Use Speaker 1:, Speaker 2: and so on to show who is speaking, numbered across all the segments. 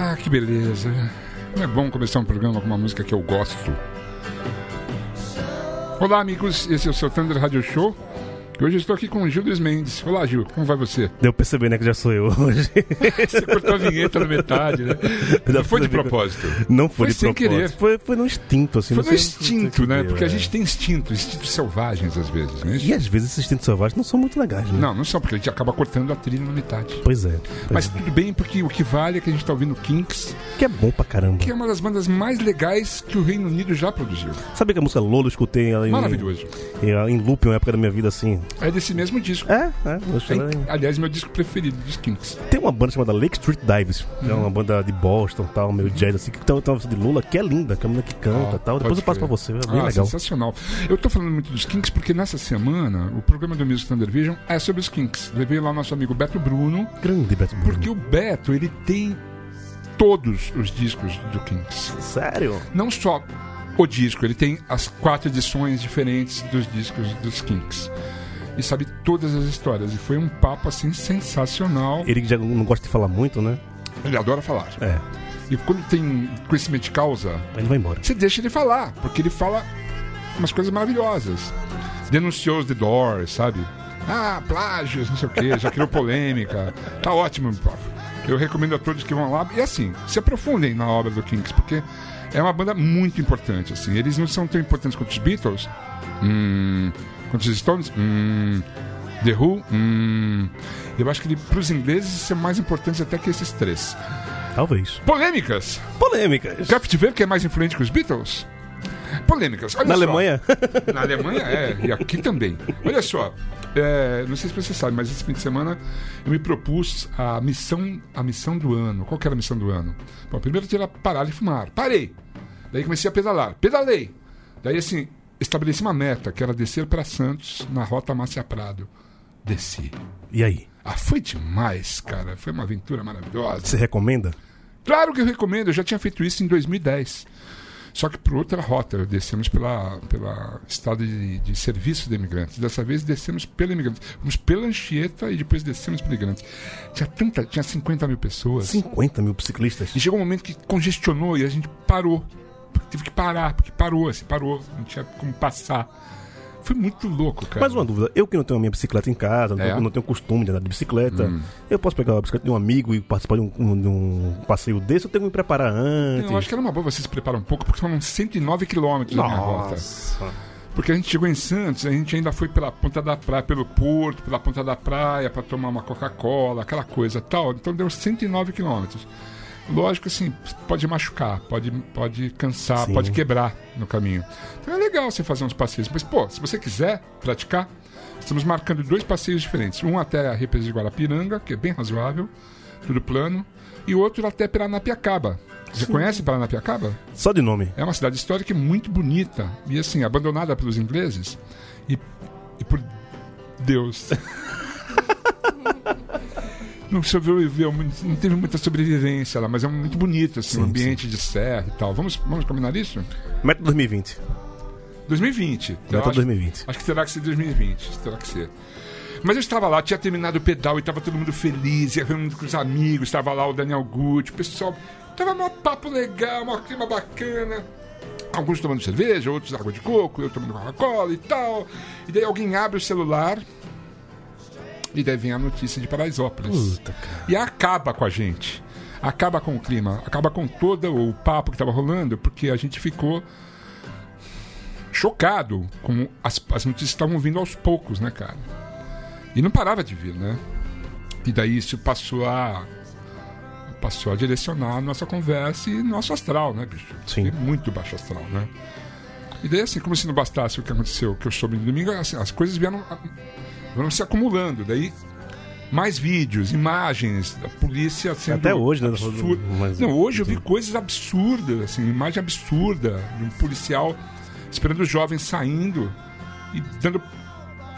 Speaker 1: Ah, que beleza. Não é bom começar um programa com uma música que eu gosto. Olá, amigos. Esse é o seu Thunder Radio Show. E hoje eu estou aqui com o Gil Luiz Mendes. Olá, Gil. Como vai você?
Speaker 2: Deu pra perceber, né, que já sou eu hoje.
Speaker 1: Você cortou a vinheta na metade, né? Não foi de propósito.
Speaker 2: Não foi,
Speaker 1: Foi
Speaker 2: de
Speaker 1: sem
Speaker 2: propósito.
Speaker 1: querer.
Speaker 2: Foi, foi no instinto, assim.
Speaker 1: Foi
Speaker 2: não
Speaker 1: no
Speaker 2: sei- não sei
Speaker 1: instinto,
Speaker 2: o que
Speaker 1: né?
Speaker 2: deu,
Speaker 1: Porque a
Speaker 2: é.
Speaker 1: gente tem instintos, instintos selvagens às vezes, né?
Speaker 2: E às vezes esses instintos selvagens não são muito legais, né?
Speaker 1: Não, não são, porque a gente acaba cortando a trilha na metade.
Speaker 2: Pois é.
Speaker 1: Mas
Speaker 2: Mas
Speaker 1: tudo bem, porque o que vale é que a gente está ouvindo Kinks,
Speaker 2: que é bom pra caramba.
Speaker 1: que é uma das bandas mais legais que o Reino Unido já produziu.
Speaker 2: Sabe que a música Lolo eu escutei ela em,
Speaker 1: é Maravilhoso.
Speaker 2: ela em loop uma época da minha vida, assim?
Speaker 1: É desse mesmo disco.
Speaker 2: É, é. eu achei ela em-
Speaker 1: É, aliás, meu disco preferido dos Kinks.
Speaker 2: Tem uma banda chamada Lake Street Dives, que é
Speaker 1: Hum.
Speaker 2: uma banda de Boston tal, meio jazz, assim, que tem uma tem uma versão de Lula que é linda, que é a menina que canta
Speaker 1: Ah,
Speaker 2: tal. Depois
Speaker 1: pode
Speaker 2: eu passo
Speaker 1: crer.
Speaker 2: pra você, é bem
Speaker 1: Ah,
Speaker 2: legal.
Speaker 1: sensacional. Eu tô falando muito dos Kinks porque nessa semana o programa do Music Thunder Vision é sobre os Kinks. Levei lá nosso amigo Beto Bruno,
Speaker 2: Grande Beto Bruno.
Speaker 1: porque o Beto, ele tem todos os discos do Kinks.
Speaker 2: Sério?
Speaker 1: Não só o disco, ele tem as quatro edições diferentes dos discos dos Kinks. E sabe todas as histórias. E foi um papo assim sensacional.
Speaker 2: Ele que já não gosta de falar muito, né?
Speaker 1: Ele adora falar.
Speaker 2: É.
Speaker 1: E quando tem conhecimento de causa,
Speaker 2: Ele vai embora.
Speaker 1: você deixa ele falar, porque ele fala umas coisas maravilhosas. Denunciou os The Doors, sabe? Ah, plágios, não sei o quê, já criou polêmica. Tá ótimo, pô. eu recomendo a todos que vão lá. E assim, se aprofundem na obra do Kinks, porque é uma banda muito importante, assim. Eles não são tão importantes quanto os Beatles, hum, quanto os Stones, hum, The Who, hum. Eu acho que ele, pros ingleses isso é mais importante até que esses três.
Speaker 2: Talvez.
Speaker 1: Polêmicas!
Speaker 2: Polêmicas.
Speaker 1: Kraft Weber que é mais influente que os Beatles? Polêmicas. Olha
Speaker 2: Na
Speaker 1: só.
Speaker 2: Alemanha?
Speaker 1: Na Alemanha é, e aqui também. Olha só, é, não sei se você sabe, mas esse fim de semana eu me propus a missão, a missão do ano. Qual que era a missão do ano? Bom, primeiro era parar de fumar. Parei. Daí comecei a pedalar. Pedalei. Daí assim, estabeleci uma meta, que era descer para Santos na rota Márcia Prado. Desci.
Speaker 2: E aí?
Speaker 1: Ah, foi demais, cara. Foi uma aventura maravilhosa.
Speaker 2: Você recomenda?
Speaker 1: Claro que eu recomendo, eu já tinha feito isso em 2010. Só que por outra rota, descemos pela, pela estrada de, de serviço de imigrantes. Dessa vez descemos pela imigrante. Fomos pela Anchieta e depois descemos pela imigrante. Tinha tanta, tinha 50 mil pessoas.
Speaker 2: 50 mil ciclistas.
Speaker 1: E chegou um momento que congestionou e a gente parou. Teve que parar, porque parou, assim, parou. Não tinha como passar. Foi muito louco, cara.
Speaker 2: Mais uma dúvida, eu que não tenho a minha bicicleta em casa, não
Speaker 1: É. Hum.
Speaker 2: tenho- não tenho costume de andar de bicicleta, eu posso pegar a bicicleta de um amigo e participar de um, um- de um passeio desse ou tenho que me preparar antes?
Speaker 1: Eu acho que é era uma boa você se preparar um pouco, porque foram 109 quilômetros na minha rota.
Speaker 2: Nossa.
Speaker 1: Porque a gente chegou em Santos, a gente ainda foi pela ponta da praia, pelo porto, pela ponta da praia para tomar uma Coca-Cola, aquela coisa tal. Então deu 109 quilômetros. Lógico, assim, pode machucar, pode, pode cansar,
Speaker 2: Sim.
Speaker 1: pode quebrar no caminho. Então é legal você fazer uns passeios. Mas, pô, se você quiser praticar, estamos marcando dois passeios diferentes. Um até a Represa de Guarapiranga, que é bem razoável, tudo plano. E outro até Paranapiacaba. Você conhece Paranapiacaba?
Speaker 2: Só de nome.
Speaker 1: É uma cidade histórica e muito bonita. E assim, abandonada pelos ingleses. E, e por Deus. Não sobreviveu, muito- não teve muita sobrevivência lá, mas é muito bonito, assim, um
Speaker 2: Sim,
Speaker 1: ambiente de serra e tal. Vamos, vamos combinar isso?
Speaker 2: Meta 2020.
Speaker 1: 2020. Eu
Speaker 2: Meta
Speaker 1: acho,
Speaker 2: 2020.
Speaker 1: acho que terá que ser 2020. Terá que ser. Mas eu estava lá, tinha terminado o pedal e estava todo mundo feliz, ia reunindo com os amigos, estava lá o Daniel Gucci, o pessoal. Tava mó papo legal, mó clima bacana. Alguns tomando cerveja, outros água de coco, eu tomando Coca-Cola e tal. E daí alguém abre o celular e daí vem a notícia de Paraisópolis.
Speaker 2: Puta, cara.
Speaker 1: E acaba com a gente. Acaba com o clima, acaba com todo o papo que estava rolando, porque a gente ficou chocado com as, as notícias que estavam vindo aos poucos, né, cara? E não parava de vir, né? E daí isso passou a passou a direcionar a nossa conversa e nosso astral, né, bicho?
Speaker 2: Sim.
Speaker 1: Fiquei Muito baixo astral, né? E daí, assim, como se não bastasse o que aconteceu, o que eu soube no domingo, assim, as coisas vieram, vieram se acumulando. Daí, mais vídeos, imagens da polícia sendo
Speaker 2: Até hoje, né?
Speaker 1: absurda.
Speaker 2: Mas-
Speaker 1: Não, hoje eu vi coisas absurdas, assim, imagem absurda de um policial esperando os jovens saindo e dando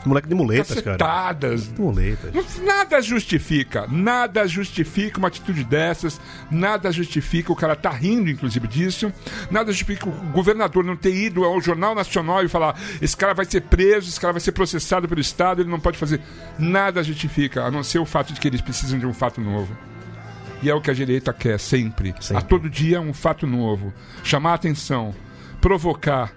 Speaker 2: Moleque de muletas, cara.
Speaker 1: cacetadas.
Speaker 2: De muletas.
Speaker 1: Não- Nada justifica, nada justifica uma atitude dessas, nada justifica, o cara tá rindo, inclusive, disso, nada justifica o governador não ter ido ao Jornal Nacional e falar esse cara vai ser preso, esse cara vai ser processado pelo Estado, ele não pode fazer. Nada justifica, a não ser o fato de que eles precisam de um fato novo. E é o que a direita quer sempre.
Speaker 2: Sempre.
Speaker 1: A todo dia um fato novo. Chamar a atenção, provocar,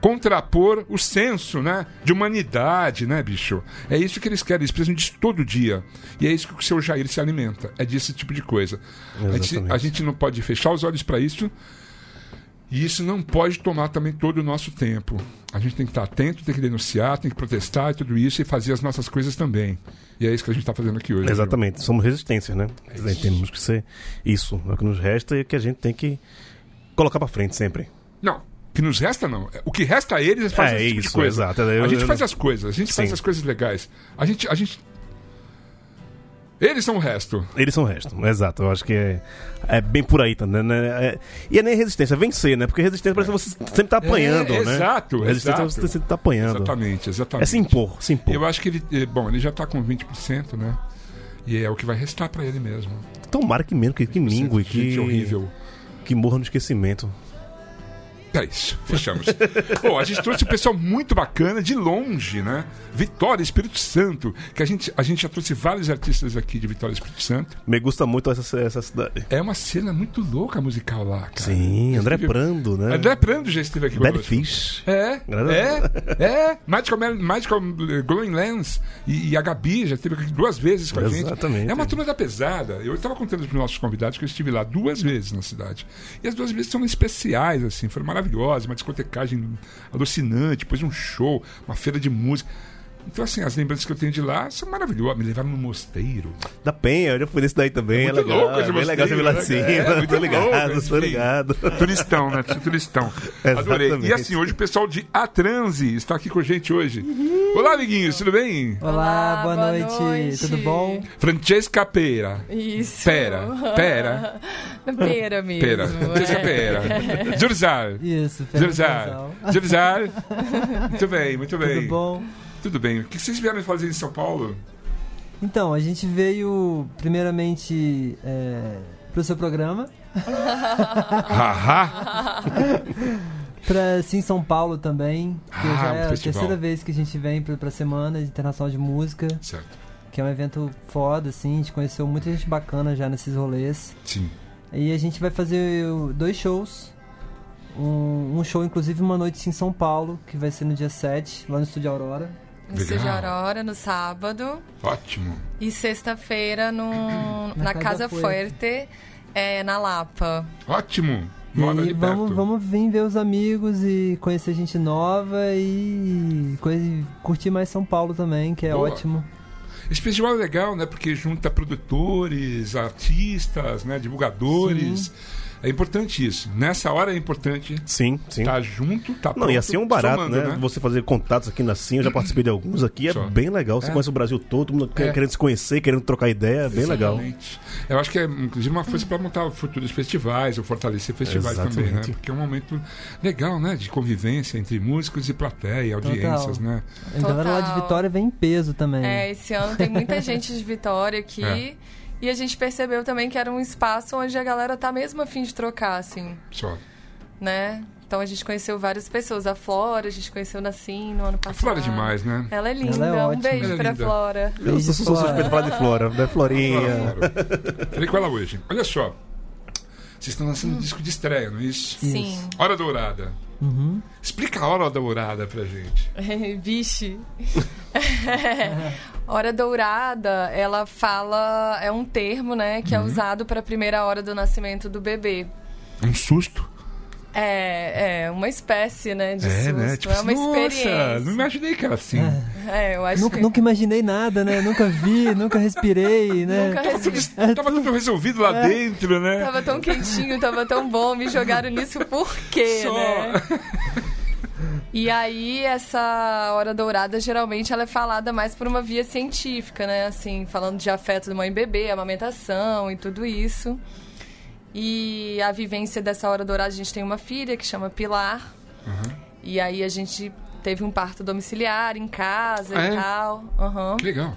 Speaker 1: contrapor o senso né, de humanidade, né, bicho? É isso que eles querem, eles precisam disso todo dia. E é isso que o seu Jair se alimenta, é desse tipo de coisa. A gente,
Speaker 2: Exatamente.
Speaker 1: a gente não pode fechar os olhos para isso. E isso não pode tomar também todo o nosso tempo. A gente tem que estar atento, tem que denunciar, tem que protestar e tudo isso e fazer as nossas coisas também. E é isso que a gente está fazendo aqui hoje. viu?
Speaker 2: Exatamente, somos resistências, né? Temos que ser isso, é o que nos resta e é o que a gente tem que colocar pra frente sempre.
Speaker 1: Não, o que nos resta não. O que resta a eles é fazer
Speaker 2: É
Speaker 1: esse tipo de
Speaker 2: isso,
Speaker 1: coisa.
Speaker 2: exato. Eu-
Speaker 1: a gente
Speaker 2: eu-
Speaker 1: faz as coisas, a gente faz
Speaker 2: Sim.
Speaker 1: as coisas legais. A gente, a gente. Eles são o resto.
Speaker 2: Eles são o resto, exato. Eu acho que é, é bem por aí, tá, né? né? É- e é nem resistência, é vencer, né? Porque resistência parece que você sempre tá apanhando,
Speaker 1: É,
Speaker 2: né?
Speaker 1: exato,
Speaker 2: Resistência
Speaker 1: exato.
Speaker 2: você sempre tá apanhando.
Speaker 1: Exatamente, exatamente.
Speaker 2: É se impor, se impor.
Speaker 1: Eu acho que ele. eh, Bom, ele já está com 20%, né? E é o que vai restar para ele mesmo.
Speaker 2: Tomara que menos, que, que mingue,
Speaker 1: é Gente
Speaker 2: que,
Speaker 1: horrível.
Speaker 2: que morra no esquecimento.
Speaker 1: É isso, fechamos. Bom, a gente trouxe um pessoal muito bacana, de longe, né? Vitória, Espírito Santo. Que a gente, a gente já trouxe vários artistas aqui de Vitória, Espírito Santo.
Speaker 2: Me gusta muito essa, essa cidade.
Speaker 1: É uma cena muito louca musical lá, cara.
Speaker 2: Sim,
Speaker 1: Já
Speaker 2: André
Speaker 1: esteve-
Speaker 2: Prando, né?
Speaker 1: É André Prando já esteve aqui
Speaker 2: Bad
Speaker 1: conosco.
Speaker 2: Fish.
Speaker 1: É,
Speaker 2: Grande-
Speaker 1: é, é. Magical, Man- Magical eh, Glowing Lens e, e a Gabi já esteve aqui duas vezes com a gente.
Speaker 2: Exatamente.
Speaker 1: É uma turma da pesada. Eu estava contando para os nossos convidados que eu estive lá duas vezes na cidade. E as duas vezes são especiais, assim. Foram maravilhosas, uma discotecagem alucinante, depois um show, uma feira de música. Então, assim, as lembranças que eu tenho de lá são maravilhosas. Me levaram no mosteiro.
Speaker 2: Da Penha, eu já fui nesse daí também. É,
Speaker 1: Muito
Speaker 2: legal.
Speaker 1: louco esse
Speaker 2: é bem legal você
Speaker 1: mosteiro,
Speaker 2: vir lá
Speaker 1: né,
Speaker 2: de cima.
Speaker 1: cara? É, muito
Speaker 2: tô ligado,
Speaker 1: louco,
Speaker 2: tô
Speaker 1: enfim.
Speaker 2: ligado.
Speaker 1: Turistão, né? Turistão. Adorei. E
Speaker 2: Exatamente.
Speaker 1: assim, hoje o pessoal de A Transe está aqui com a gente hoje.
Speaker 3: Uhum.
Speaker 1: Olá, amiguinhos, tudo bem?
Speaker 4: Olá,
Speaker 3: Olá,
Speaker 4: boa,
Speaker 3: boa
Speaker 4: noite.
Speaker 3: noite.
Speaker 4: Tudo bom?
Speaker 1: Francesca Pera.
Speaker 3: Isso.
Speaker 1: Pera, pera.
Speaker 3: Pera mesmo.
Speaker 1: Pera. Francesca
Speaker 3: é.
Speaker 1: Pera. Jurzar.
Speaker 4: Isso, Fernando
Speaker 1: Jurzar.
Speaker 4: Casal.
Speaker 1: Jurzar. Muito bem, muito bem.
Speaker 4: Tudo bom?
Speaker 1: Tudo bem. O que vocês vieram fazer em São Paulo?
Speaker 4: Então, a gente veio primeiramente é, pro seu programa,
Speaker 1: Haha.
Speaker 4: pra sim São Paulo também, que
Speaker 1: Ah,
Speaker 4: já
Speaker 1: um
Speaker 4: é a
Speaker 1: festival.
Speaker 4: terceira vez que a gente vem pra, pra Semana Internacional de Música,
Speaker 1: Certo.
Speaker 4: que é um evento foda, assim, a gente conheceu muita gente bacana já nesses rolês.
Speaker 1: Sim.
Speaker 4: E a gente vai fazer o- dois shows. Um, um show, inclusive, uma noite em São Paulo, que vai ser no dia 7, lá no Estúdio Aurora.
Speaker 3: No Estúdio
Speaker 1: Legal.
Speaker 3: Aurora, no sábado.
Speaker 1: Ótimo.
Speaker 3: E sexta-feira no, na, Casa,
Speaker 4: Casa
Speaker 3: Fuerte, é, na Lapa.
Speaker 1: Ótimo.
Speaker 4: E
Speaker 1: Mora
Speaker 4: aí
Speaker 1: ali
Speaker 4: vamos,
Speaker 1: perto.
Speaker 4: vamos vir ver os amigos e conhecer gente nova e coi- curtir mais São Paulo também, que é
Speaker 1: Boa.
Speaker 4: ótimo.
Speaker 1: Esse festival é legal, né? Porque junta produtores, artistas, né? divulgadores. É importante isso. Nessa hora é importante
Speaker 2: Sim, sim.
Speaker 1: estar junto, tá
Speaker 2: Não,
Speaker 1: pronto,
Speaker 2: e assim é um barato,
Speaker 1: somando,
Speaker 2: né? Você fazer contatos aqui na CIN, eu já participei de alguns aqui, é
Speaker 1: Só.
Speaker 2: bem legal. Você
Speaker 1: É.
Speaker 2: conhece o Brasil todo, todo mundo quer-
Speaker 1: É.
Speaker 2: querendo se conhecer, querendo trocar ideia, é bem legal.
Speaker 1: Exatamente. Eu acho que é, inclusive, uma força para montar futuros festivais, ou fortalecer festivais também, né?
Speaker 2: Exatamente.
Speaker 1: Porque é um momento legal, né? De convivência entre músicos e plateia, audiências, né?
Speaker 4: A galera lá de
Speaker 3: Total.
Speaker 4: Vitória vem em peso também.
Speaker 3: É, esse ano tem muita gente de Vitória aqui.
Speaker 1: É.
Speaker 3: E a gente percebeu também que era um espaço onde a galera tá mesmo a fim de trocar, assim,
Speaker 1: Só.
Speaker 3: né? Então a gente conheceu várias pessoas. A Flora, a gente conheceu na Sim no ano
Speaker 1: A
Speaker 3: passado.
Speaker 1: Flora é demais, né?
Speaker 3: Ela é linda. um
Speaker 4: ótima.
Speaker 3: beijo
Speaker 1: Ela é
Speaker 3: pra
Speaker 1: linda.
Speaker 3: Flora.
Speaker 2: Eu sou,
Speaker 4: Beijo,
Speaker 2: sou suspeito de
Speaker 4: Flora.
Speaker 2: falar de Flora, né? Florinha.
Speaker 1: Flora, Flora. Falei com ela hoje. Olha só. Vocês estão lançando um disco de estreia, não é isso?
Speaker 4: Isso.
Speaker 3: Sim.
Speaker 1: Hora Dourada.
Speaker 4: Uhum.
Speaker 1: Explica a Hora Dourada pra gente.
Speaker 3: Vixe. hora dourada, ela fala, é um termo, né,
Speaker 1: Uhum.
Speaker 3: que é usado para a primeira hora do nascimento do bebê.
Speaker 1: Um susto.
Speaker 3: É, é uma espécie, né, de
Speaker 1: é,
Speaker 3: susto.
Speaker 1: né? Tipo,
Speaker 3: é uma
Speaker 1: nossa,
Speaker 3: experiência.
Speaker 1: não imaginei que era assim.
Speaker 3: É, eu acho
Speaker 4: Nunca,
Speaker 3: que
Speaker 4: nunca imaginei nada, né? Nunca vi, nunca respirei, né?
Speaker 3: nunca
Speaker 1: Tava
Speaker 3: recebi.
Speaker 1: tudo, tava tudo resolvido lá dentro, né?
Speaker 3: É Tava tão quentinho, tava tão bom, me jogaram nisso por quê,
Speaker 1: Só.
Speaker 3: né? E aí, essa hora dourada, geralmente, ela é falada mais por uma via científica, né? Assim, falando de afeto de mãe e bebê, amamentação e tudo isso. E a vivência dessa hora dourada, a gente tem uma filha que chama Pilar.
Speaker 1: Uhum.
Speaker 3: E aí, a gente teve um parto domiciliar em casa
Speaker 1: Ah, é?
Speaker 3: e tal. Aham.
Speaker 1: Que legal.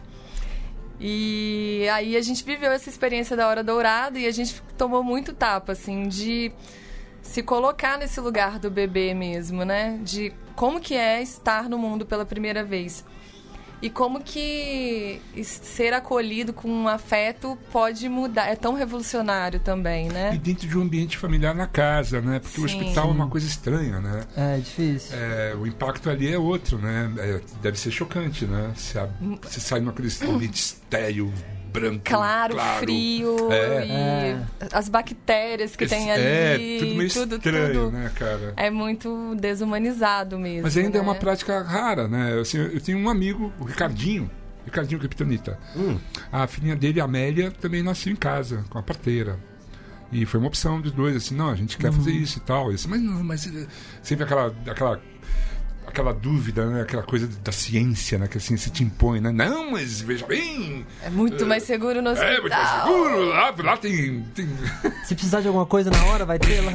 Speaker 3: E aí a gente viveu essa experiência da Hora Dourada e a gente tomou muito tapa, assim, de se colocar nesse lugar do bebê mesmo, né? De como que é estar no mundo pela primeira vez. E como que es- ser acolhido com um afeto pode mudar. É tão revolucionário também,
Speaker 1: E
Speaker 3: né?
Speaker 1: dentro de um ambiente familiar na casa, né? Porque o
Speaker 3: Sim.
Speaker 1: hospital é uma coisa estranha, né?
Speaker 4: É, difícil.
Speaker 1: É, o impacto ali é outro, né? É, deve ser chocante, né? Você,
Speaker 3: Hum.
Speaker 1: ab- você sai numa aquele ambiente estéreo, branco,
Speaker 3: Claro, frio
Speaker 1: É.
Speaker 3: e
Speaker 4: É.
Speaker 3: as bactérias que tem ali.
Speaker 1: É, tudo meio
Speaker 3: tudo,
Speaker 1: estranho,
Speaker 3: tudo.
Speaker 1: né, cara?
Speaker 3: É muito desumanizado mesmo.
Speaker 1: Mas ainda é uma
Speaker 3: né?
Speaker 1: prática rara, né? Assim, eu tenho um amigo, o Ricardinho, Ricardinho Kryptonita. A filhinha dele, a Amélia, também nasceu em casa, com a parteira. E foi uma opção dos dois, assim, não, a gente quer
Speaker 3: Uhum.
Speaker 1: fazer isso e tal. Isso, mas não, mas eh, sempre aquela, aquela, aquela dúvida, né? Aquela coisa da ciência, né? Que a ciência te impõe, né? Não, mas veja bem,
Speaker 3: É muito mais seguro no hospital.
Speaker 1: é muito mais seguro, lá, lá tem- tem
Speaker 4: Se precisar de alguma coisa na hora, vai ter lá.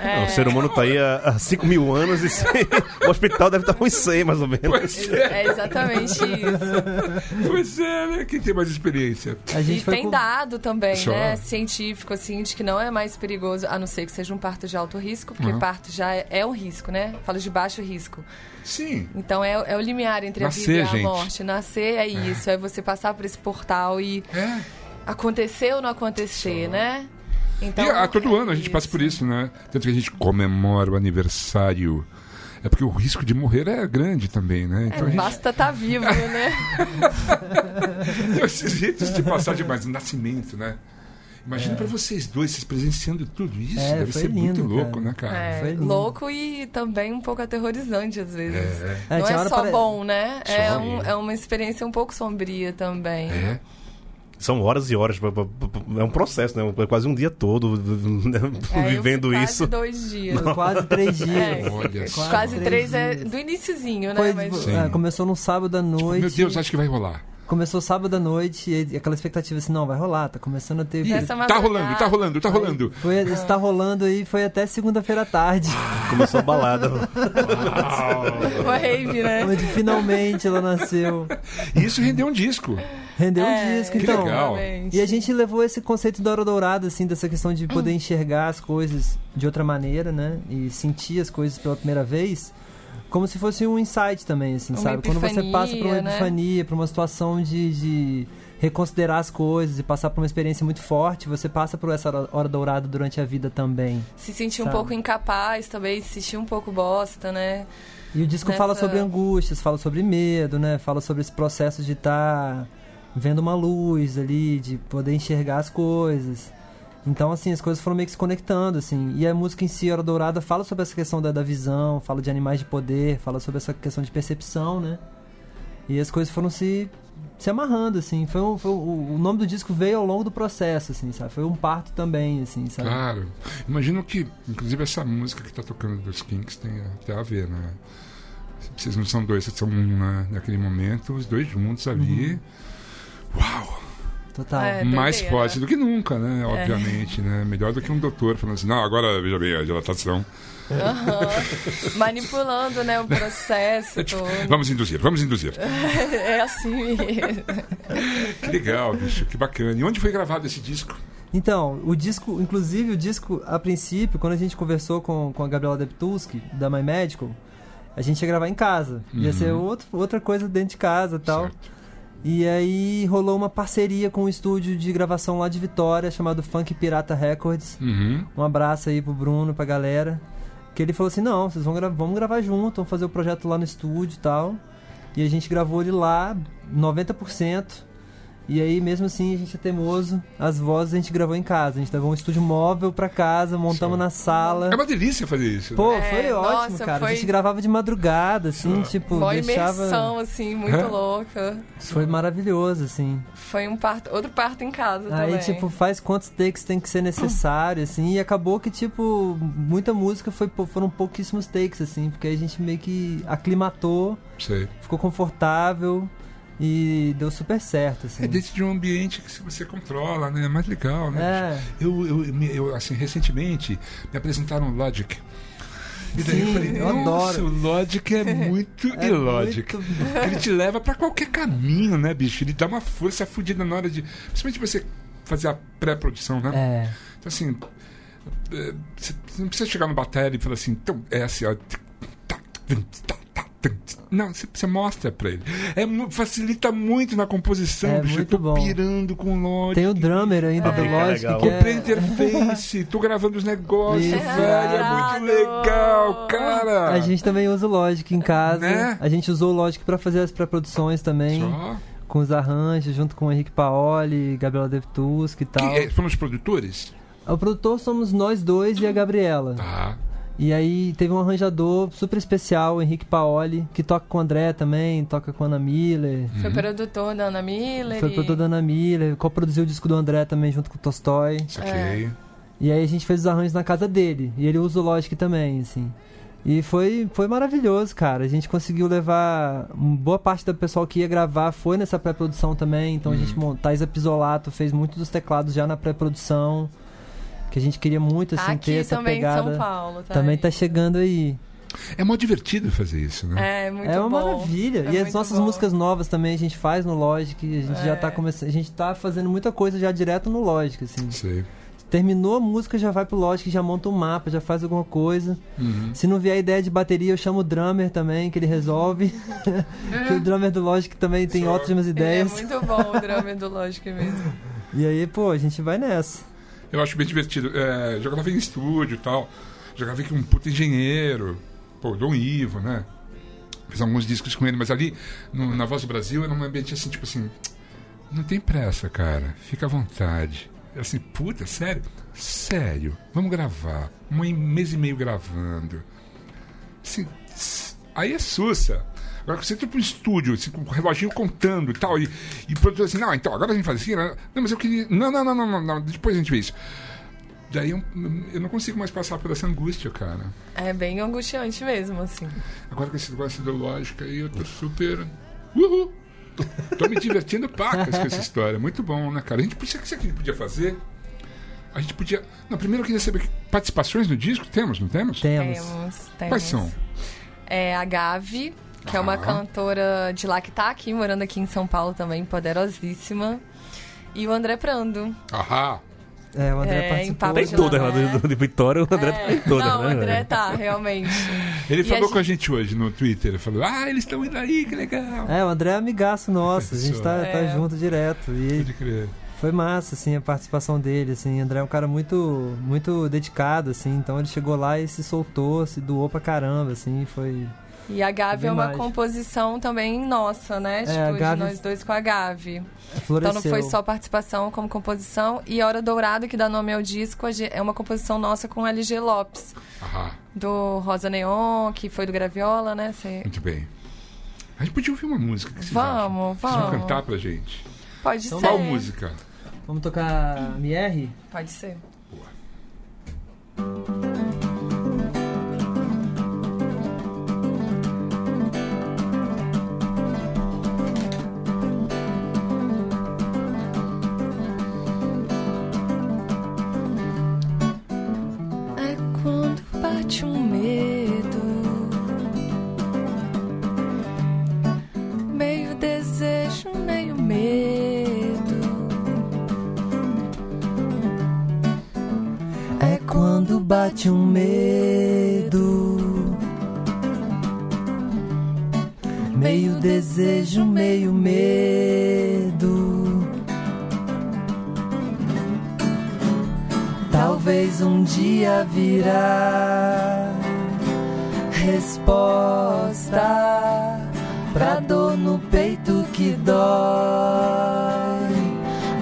Speaker 3: É.
Speaker 2: Não, o ser humano tá aí há, há 5 mil anos e o hospital deve estar com uns 100, mais ou menos.
Speaker 1: Pois é,
Speaker 3: É exatamente isso.
Speaker 1: pois é, né? Quem tem mais experiência?
Speaker 4: A gente
Speaker 3: E
Speaker 4: foi
Speaker 3: tem
Speaker 4: com-
Speaker 3: dado também,
Speaker 1: Só.
Speaker 3: né? Científico, assim, de que não é mais perigoso, a não ser que seja um parto de alto risco, porque
Speaker 1: Uhum.
Speaker 3: parto já é, é um risco, né? Falo de baixo risco.
Speaker 1: Sim.
Speaker 3: Então é, é o limiar entre
Speaker 1: Nascer,
Speaker 3: a vida e
Speaker 1: gente.
Speaker 3: a morte. Nascer é isso, é você passar por esse portal e
Speaker 1: É.
Speaker 3: acontecer ou não acontecer, né? Então,
Speaker 1: e a, todo ano a gente passa por isso, né? Tanto que a gente comemora o aniversário. É porque o risco de morrer é grande também, né?
Speaker 3: É,
Speaker 1: Então a gente
Speaker 3: basta estar vivo, né?
Speaker 1: tem esses ritos de passagem, mas o nascimento, né? Imagina pra vocês dois, vocês presenciando tudo isso.
Speaker 4: É,
Speaker 1: deve
Speaker 4: foi
Speaker 1: ser muito
Speaker 4: lindo,
Speaker 1: louco,
Speaker 4: cara.
Speaker 1: né, cara?
Speaker 3: É,
Speaker 4: foi lindo.
Speaker 3: louco e também um pouco aterrorizante às vezes.
Speaker 1: É.
Speaker 4: É,
Speaker 3: Não
Speaker 4: tinha
Speaker 3: é
Speaker 4: hora
Speaker 3: só
Speaker 4: pare-
Speaker 3: bom, né? É, um-
Speaker 1: Sim.
Speaker 3: é uma experiência um pouco sombria também.
Speaker 1: É.
Speaker 2: São horas e horas. pra- pra- pra- É um processo, né? É quase um dia todo né?
Speaker 3: É, eu
Speaker 2: vivendo
Speaker 3: fui quase
Speaker 2: isso.
Speaker 3: dois dias.
Speaker 4: Foi quase três dias.
Speaker 3: É,
Speaker 1: Olha só.
Speaker 3: quase
Speaker 4: três
Speaker 3: três é
Speaker 4: dias.
Speaker 3: do iniciozinho, né?
Speaker 4: Foi-
Speaker 3: Mas-
Speaker 1: Sim.
Speaker 4: é, começou num sábado à noite.
Speaker 1: Meu Deus, acho que vai rolar.
Speaker 4: Começou sábado à noite e e aquela expectativa assim, não, vai rolar, tá começando a ter.
Speaker 1: Ih,
Speaker 3: Essa
Speaker 1: tá
Speaker 3: madrugada-
Speaker 1: rolando, tá rolando, tá rolando.
Speaker 4: Foi, isso tá rolando aí, foi até segunda-feira à tarde,
Speaker 2: Começou a balada.
Speaker 3: Uma rave, né?
Speaker 4: onde finalmente ela nasceu.
Speaker 1: E isso rendeu um disco.
Speaker 4: Rendeu um
Speaker 3: É,
Speaker 4: disco,
Speaker 1: Que
Speaker 4: então.
Speaker 1: legal.
Speaker 3: exatamente. Hum.
Speaker 4: E a gente levou esse conceito da hora dourada, assim, dessa questão de poder enxergar as coisas de outra maneira, né? E sentir as coisas pela primeira vez, como se fosse um insight também, assim,
Speaker 3: Uma
Speaker 4: sabe? Quando você
Speaker 3: epifania,
Speaker 4: passa por uma
Speaker 3: né?
Speaker 4: epifania, por uma situação de, de reconsiderar as coisas e passar por uma experiência muito forte, você passa por essa hora- hora dourada durante a vida também.
Speaker 3: Se sentir um
Speaker 4: Sabe.
Speaker 3: pouco incapaz também, se sentir um pouco bosta, né?
Speaker 4: E o disco
Speaker 3: Nessa-
Speaker 4: fala sobre angústias, fala sobre medo, né? Fala sobre esse processo de estar vendo uma luz ali, de poder enxergar as coisas. Então, assim, as coisas foram meio que se conectando, assim. E a música em si, Hora Dourada, fala sobre essa questão da, da visão, fala de animais de poder, fala sobre essa questão de percepção, né? E as coisas foram se, se amarrando, assim. Foi um, foi um- o nome do disco veio ao longo do processo, assim, sabe? Foi um parto também, assim, sabe?
Speaker 1: Claro. Imagino que, inclusive, essa música que tá tocando dos Kinks tem até a ver, né? Vocês não são dois, vocês são um né? naquele momento, os dois juntos ali.
Speaker 4: Uhum.
Speaker 1: Uau!
Speaker 4: Total.
Speaker 3: É, doideira.
Speaker 1: mais forte do que nunca, né? Obviamente, né? Melhor do que um doutor falando assim, não, agora veja bem a dilatação.
Speaker 3: Aham. Manipulando, né, o processo
Speaker 1: Tipo,
Speaker 3: todo.
Speaker 1: É Vamos induzir, vamos induzir.
Speaker 3: É assim mesmo.
Speaker 1: Que legal, bicho, que bacana. E onde foi gravado esse disco?
Speaker 4: Então, o disco, inclusive o disco, a princípio, quando a gente conversou com, com a Gabriela Deptulski, da My Medical, a gente ia gravar em casa. Ia ser outro, outra coisa dentro de casa e tal.
Speaker 1: Certo.
Speaker 4: E aí rolou uma parceria com um estúdio de gravação lá de Vitória, chamado Funk Pirata Records.
Speaker 1: Uhum.
Speaker 4: Um abraço aí pro Bruno, pra galera. Que ele falou assim: não, vocês vão gra vamos gravar junto, vamos fazer o projeto lá no estúdio e tal. E a gente gravou ele lá, 90%. E aí, mesmo assim, a gente é teimoso. As vozes a gente gravou em casa. A gente levou um estúdio móvel pra casa, montamos
Speaker 1: Sim.
Speaker 4: na sala.
Speaker 1: É uma delícia fazer isso. né?
Speaker 4: Pô,
Speaker 3: É,
Speaker 4: foi ótimo,
Speaker 3: nossa,
Speaker 4: cara. A
Speaker 3: foi-
Speaker 4: gente gravava de madrugada, assim, tipo,
Speaker 3: Uma
Speaker 4: deixava.
Speaker 3: imersão, assim, muito
Speaker 1: Hã?
Speaker 3: louca.
Speaker 4: Foi maravilhoso, assim.
Speaker 3: Foi um parto, outro parto em casa também.
Speaker 4: Aí, tipo, faz quantos takes tem que ser necessário, assim. E acabou que, tipo, muita música foi, pou- foram pouquíssimos takes, assim. Porque aí a gente meio que aclimatou,
Speaker 1: Sei.
Speaker 4: ficou confortável e deu super certo, assim.
Speaker 1: É dentro de um ambiente que você controla, né? É mais legal, né? bicho?
Speaker 4: É,
Speaker 1: Eu, eu, me- eu, assim, recentemente me apresentaram o Logic. E daí
Speaker 4: Sim,
Speaker 1: eu falei,
Speaker 4: eu
Speaker 1: nossa,
Speaker 4: adoro."
Speaker 1: o Logic é muito
Speaker 4: é
Speaker 1: ilógico.
Speaker 4: muito-
Speaker 1: Ele te leva pra qualquer caminho, né, bicho? Ele dá uma força fodida na hora de. Principalmente você fazer a pré-produção, né?
Speaker 4: É,
Speaker 1: Então, assim. é, Você você não precisa chegar no batalha e falar assim, então, é assim, ó. Não, você, você mostra pra ele. É, mu- facilita muito na composição,
Speaker 4: É
Speaker 1: bicho. Eu
Speaker 4: muito
Speaker 1: tô
Speaker 4: bom.
Speaker 1: pirando com o Logic.
Speaker 4: Tem o drummer ainda do
Speaker 2: Fabrica
Speaker 4: Logic,
Speaker 2: legal.
Speaker 4: que
Speaker 1: Comprei
Speaker 4: é...
Speaker 1: interface, tô gravando os negócios,
Speaker 4: Isso.
Speaker 1: velho. É muito
Speaker 3: Irado.
Speaker 1: legal, cara.
Speaker 4: A gente também usa o Logic em casa.
Speaker 1: Né?
Speaker 4: A gente usou o Logic pra fazer as pré-produções também,
Speaker 1: Só
Speaker 4: com os arranjos, junto com o Henrique Paoli, Gabriela Devtusk e tal.
Speaker 1: que, é, foram os produtores?
Speaker 4: O produtor somos nós dois e a Gabriela.
Speaker 1: Tá.
Speaker 4: E aí teve um arranjador super especial, o Henrique Paoli, que toca com o André também, toca com a Ana Miller.
Speaker 1: Uhum.
Speaker 3: Foi produtor da Ana Miller.
Speaker 4: Foi
Speaker 3: e-
Speaker 4: produtor da Ana Miller, coproduziu o disco do André também junto com o Tolstói.
Speaker 1: Saquei.
Speaker 3: É.
Speaker 4: E aí a gente fez os arranjos na casa dele. E ele usa o Logic também, assim. E foi, foi maravilhoso, cara. A gente conseguiu levar. uma Boa parte do pessoal que ia gravar foi nessa pré-produção também. Então a gente montou. Thaisa Pisolato fez muito dos teclados já na pré-produção. Que a gente queria muito,
Speaker 3: Tá
Speaker 4: assim, ter
Speaker 3: aqui
Speaker 4: essa
Speaker 3: também
Speaker 4: pegada.
Speaker 3: em São Paulo. Tá
Speaker 4: Também
Speaker 3: aí.
Speaker 4: tá chegando aí.
Speaker 1: É mó divertido fazer isso, né?
Speaker 3: É, muito
Speaker 4: é uma
Speaker 3: bom.
Speaker 4: maravilha.
Speaker 3: É
Speaker 4: e as
Speaker 3: muito
Speaker 4: nossas
Speaker 3: bom.
Speaker 4: músicas novas também a gente faz no Logic. A gente já tá
Speaker 3: É.
Speaker 4: começando. A gente tá fazendo muita coisa já direto no Logic, assim.
Speaker 1: Sei.
Speaker 4: Terminou a música, já vai pro Logic, já monta um mapa, já faz alguma coisa.
Speaker 1: Uhum.
Speaker 4: Se não vier ideia de bateria, eu chamo o drummer também, que ele resolve. que o drummer do Logic também tem ótimas
Speaker 3: Ele é
Speaker 4: ideias.
Speaker 3: muito bom o drama do Logic mesmo.
Speaker 4: E aí, pô, a gente vai nessa.
Speaker 1: Eu acho bem divertido. É, já gravei em estúdio e tal. Já gravei com um puta engenheiro. Pô, Dom Ivo, né? Fiz alguns discos com ele, mas ali no- na Voz do Brasil era um ambiente assim, tipo assim. Não tem pressa, cara. Fica à vontade. Eu assim, puta, sério? Sério. Vamos gravar. Um mês e meio gravando. Assim, tss, aí é sussa. Agora que você entra pro estúdio, assim, com o reloginho contando e tal, e, e o produtor assim, não, então, agora a gente faz assim, né? não, mas eu queria. Não, não, não, não, não, não, depois a gente vê isso. Daí eu, eu não consigo mais passar por essa angústia, cara.
Speaker 3: É bem angustiante mesmo, assim.
Speaker 1: Agora com esse negócio ideológico aí, eu tô super. Uhul! Tô me divertindo pacas com essa história. Muito bom, né, cara? A gente podia, sabe o que a gente podia fazer? A gente podia. Não, primeiro eu queria saber que participações no disco temos, não temos?
Speaker 4: Temos.
Speaker 3: Temos, temos.
Speaker 1: Quais são?
Speaker 3: É a Gavi, que é uma
Speaker 1: Ah.
Speaker 3: cantora de lá que tá aqui, morando aqui em São Paulo também, poderosíssima. E o André Prando.
Speaker 1: Ahá!
Speaker 4: É, o André
Speaker 3: É,
Speaker 4: participou.
Speaker 3: em
Speaker 2: Tem
Speaker 3: Hoje
Speaker 2: todas
Speaker 3: lá,
Speaker 2: lá
Speaker 3: né?
Speaker 2: do, do Vitória, o André
Speaker 3: É.
Speaker 2: tem todas,
Speaker 3: Não,
Speaker 2: né?
Speaker 3: o André
Speaker 2: velho?
Speaker 3: tá, realmente.
Speaker 1: Ele
Speaker 3: E
Speaker 1: falou
Speaker 3: a
Speaker 1: com a gente hoje no Twitter. Ele falou: Ah, eles estão indo aí, que legal.
Speaker 4: É, o André é amigaço nosso, a gente tá,
Speaker 3: É.
Speaker 4: tá junto direto. E
Speaker 1: Pode crer.
Speaker 4: foi massa, assim, a participação dele, assim. O André é um cara muito, muito dedicado, assim. Então ele chegou lá e se soltou, se doou pra caramba, assim. Foi,
Speaker 3: E a Gavi é uma
Speaker 4: Demais.
Speaker 3: composição também nossa, né? tipo,
Speaker 4: É, a Gavi-
Speaker 3: de nós dois com a Gavi.
Speaker 4: floresceu.
Speaker 3: Então não foi só participação como composição. E a Hora Dourado, que dá nome ao disco, a ge- é uma composição nossa com LG Lopes,
Speaker 1: Ahá,
Speaker 3: do Rosa Neon, que foi do Graviola, né? Cê-
Speaker 1: muito bem. A gente podia ouvir uma música. o Que vocês acham?
Speaker 3: Vamos,
Speaker 1: Vocês vão
Speaker 3: vamos.
Speaker 1: cantar pra gente.
Speaker 3: Pode ser.
Speaker 1: Qual música?
Speaker 4: Vamos tocar MR?
Speaker 3: Pode ser. É quando bate um medo, meio desejo, meio medo.
Speaker 4: É quando bate um medo. Meio desejo, meio medo. Talvez um dia virá resposta pra dor no peito que dói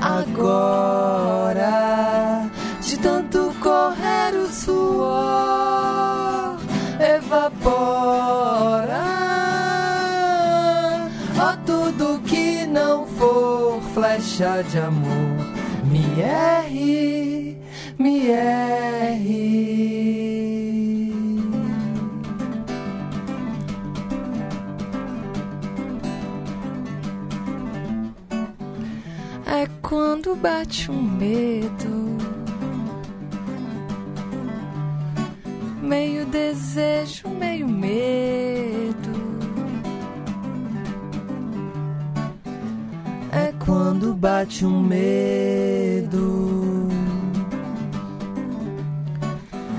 Speaker 4: agora de tanto correr o suor evapora ó tudo que não for flecha de amor me erre me erre
Speaker 3: É quando bate um medo, meio desejo, meio medo.
Speaker 4: É quando bate um medo.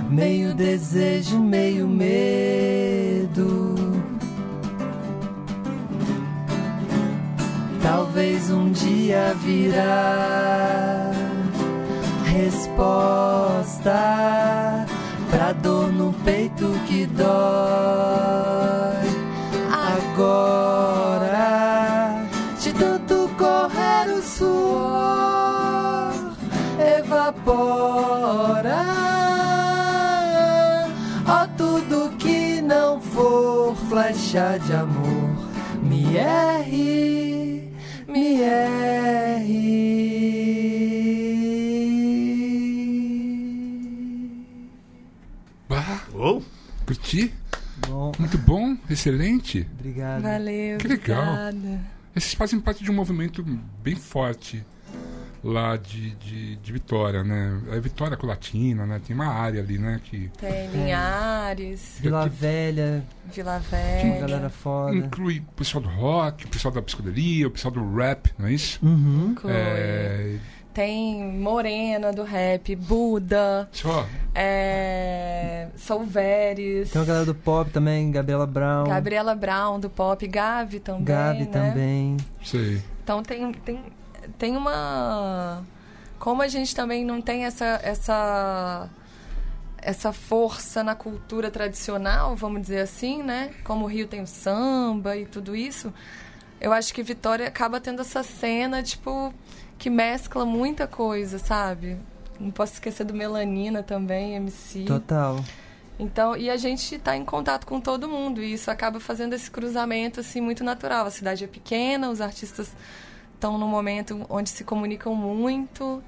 Speaker 4: Meio desejo, meio medo. talvez um dia virá resposta pra dor no peito que dói agora de tanto correr o suor evapora ó tudo que não for flecha de amor me erre me erre
Speaker 1: Bah,
Speaker 3: tá-
Speaker 2: Uou.
Speaker 1: curti.
Speaker 4: bom
Speaker 1: Muito bom, excelente.
Speaker 4: obrigado
Speaker 3: Valeu.
Speaker 1: Que legal.
Speaker 3: obrigada.
Speaker 1: Esses fazem parte de um movimento bem forte lá de, de, de Vitória, né? É Vitória Colatina, né? Tem uma área ali, né? Que
Speaker 3: Tem Linhares,
Speaker 4: Vila Velha
Speaker 3: Vila
Speaker 4: uma
Speaker 3: Velha.
Speaker 4: galera foda
Speaker 1: inclui o pessoal do rock, o pessoal da psicodelia, o pessoal do rap, não é isso?
Speaker 4: uhum.
Speaker 3: Coi.
Speaker 1: É,
Speaker 3: Tem Morena do rap, Buda,
Speaker 1: só,
Speaker 3: é... Solveres,
Speaker 4: tem uma galera do pop também Gabriela Brown
Speaker 3: Gabriela Brown do pop, Gavi também.
Speaker 4: Gabi
Speaker 3: né?
Speaker 4: também
Speaker 1: sei.
Speaker 3: Então tem, tem, tem uma. Como a gente também não tem essa, essa, essa força na cultura tradicional, vamos dizer assim, né? Como o Rio tem o samba e tudo isso, eu acho que Vitória acaba tendo essa cena, tipo, que mescla muita coisa, sabe? Não posso esquecer do Melanina também, MC.
Speaker 4: total
Speaker 3: Então, e a gente está em contato com todo mundo e isso acaba fazendo esse cruzamento assim muito natural. A cidade é pequena, os artistas estão num momento onde se comunicam muito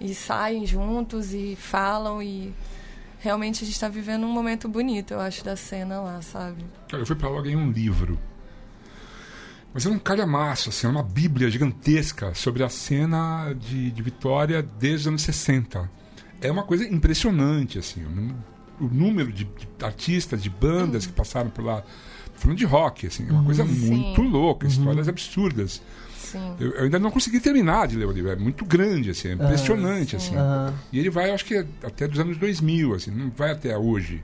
Speaker 3: e saem juntos e falam e realmente a gente está vivendo um momento bonito, eu acho, da cena lá, sabe?
Speaker 1: Cara, eu fui pra lá ganhei um livro. Mas era um calhamaço, assim, era uma bíblia gigantesca sobre a cena de, de Vitória desde os anos 60. É uma coisa impressionante, assim, o, nú- o número de, de artistas, de bandas que passaram por lá. Tô Falando de rock, assim, é uma coisa
Speaker 3: Sim.
Speaker 1: muito louca, histórias absurdas.
Speaker 3: Sim.
Speaker 1: Eu, eu ainda não consegui terminar de ler o livro, é muito grande, assim, é impressionante, assim.
Speaker 4: Aham.
Speaker 1: E ele vai, eu acho que até dos anos 2000, assim, não vai até hoje.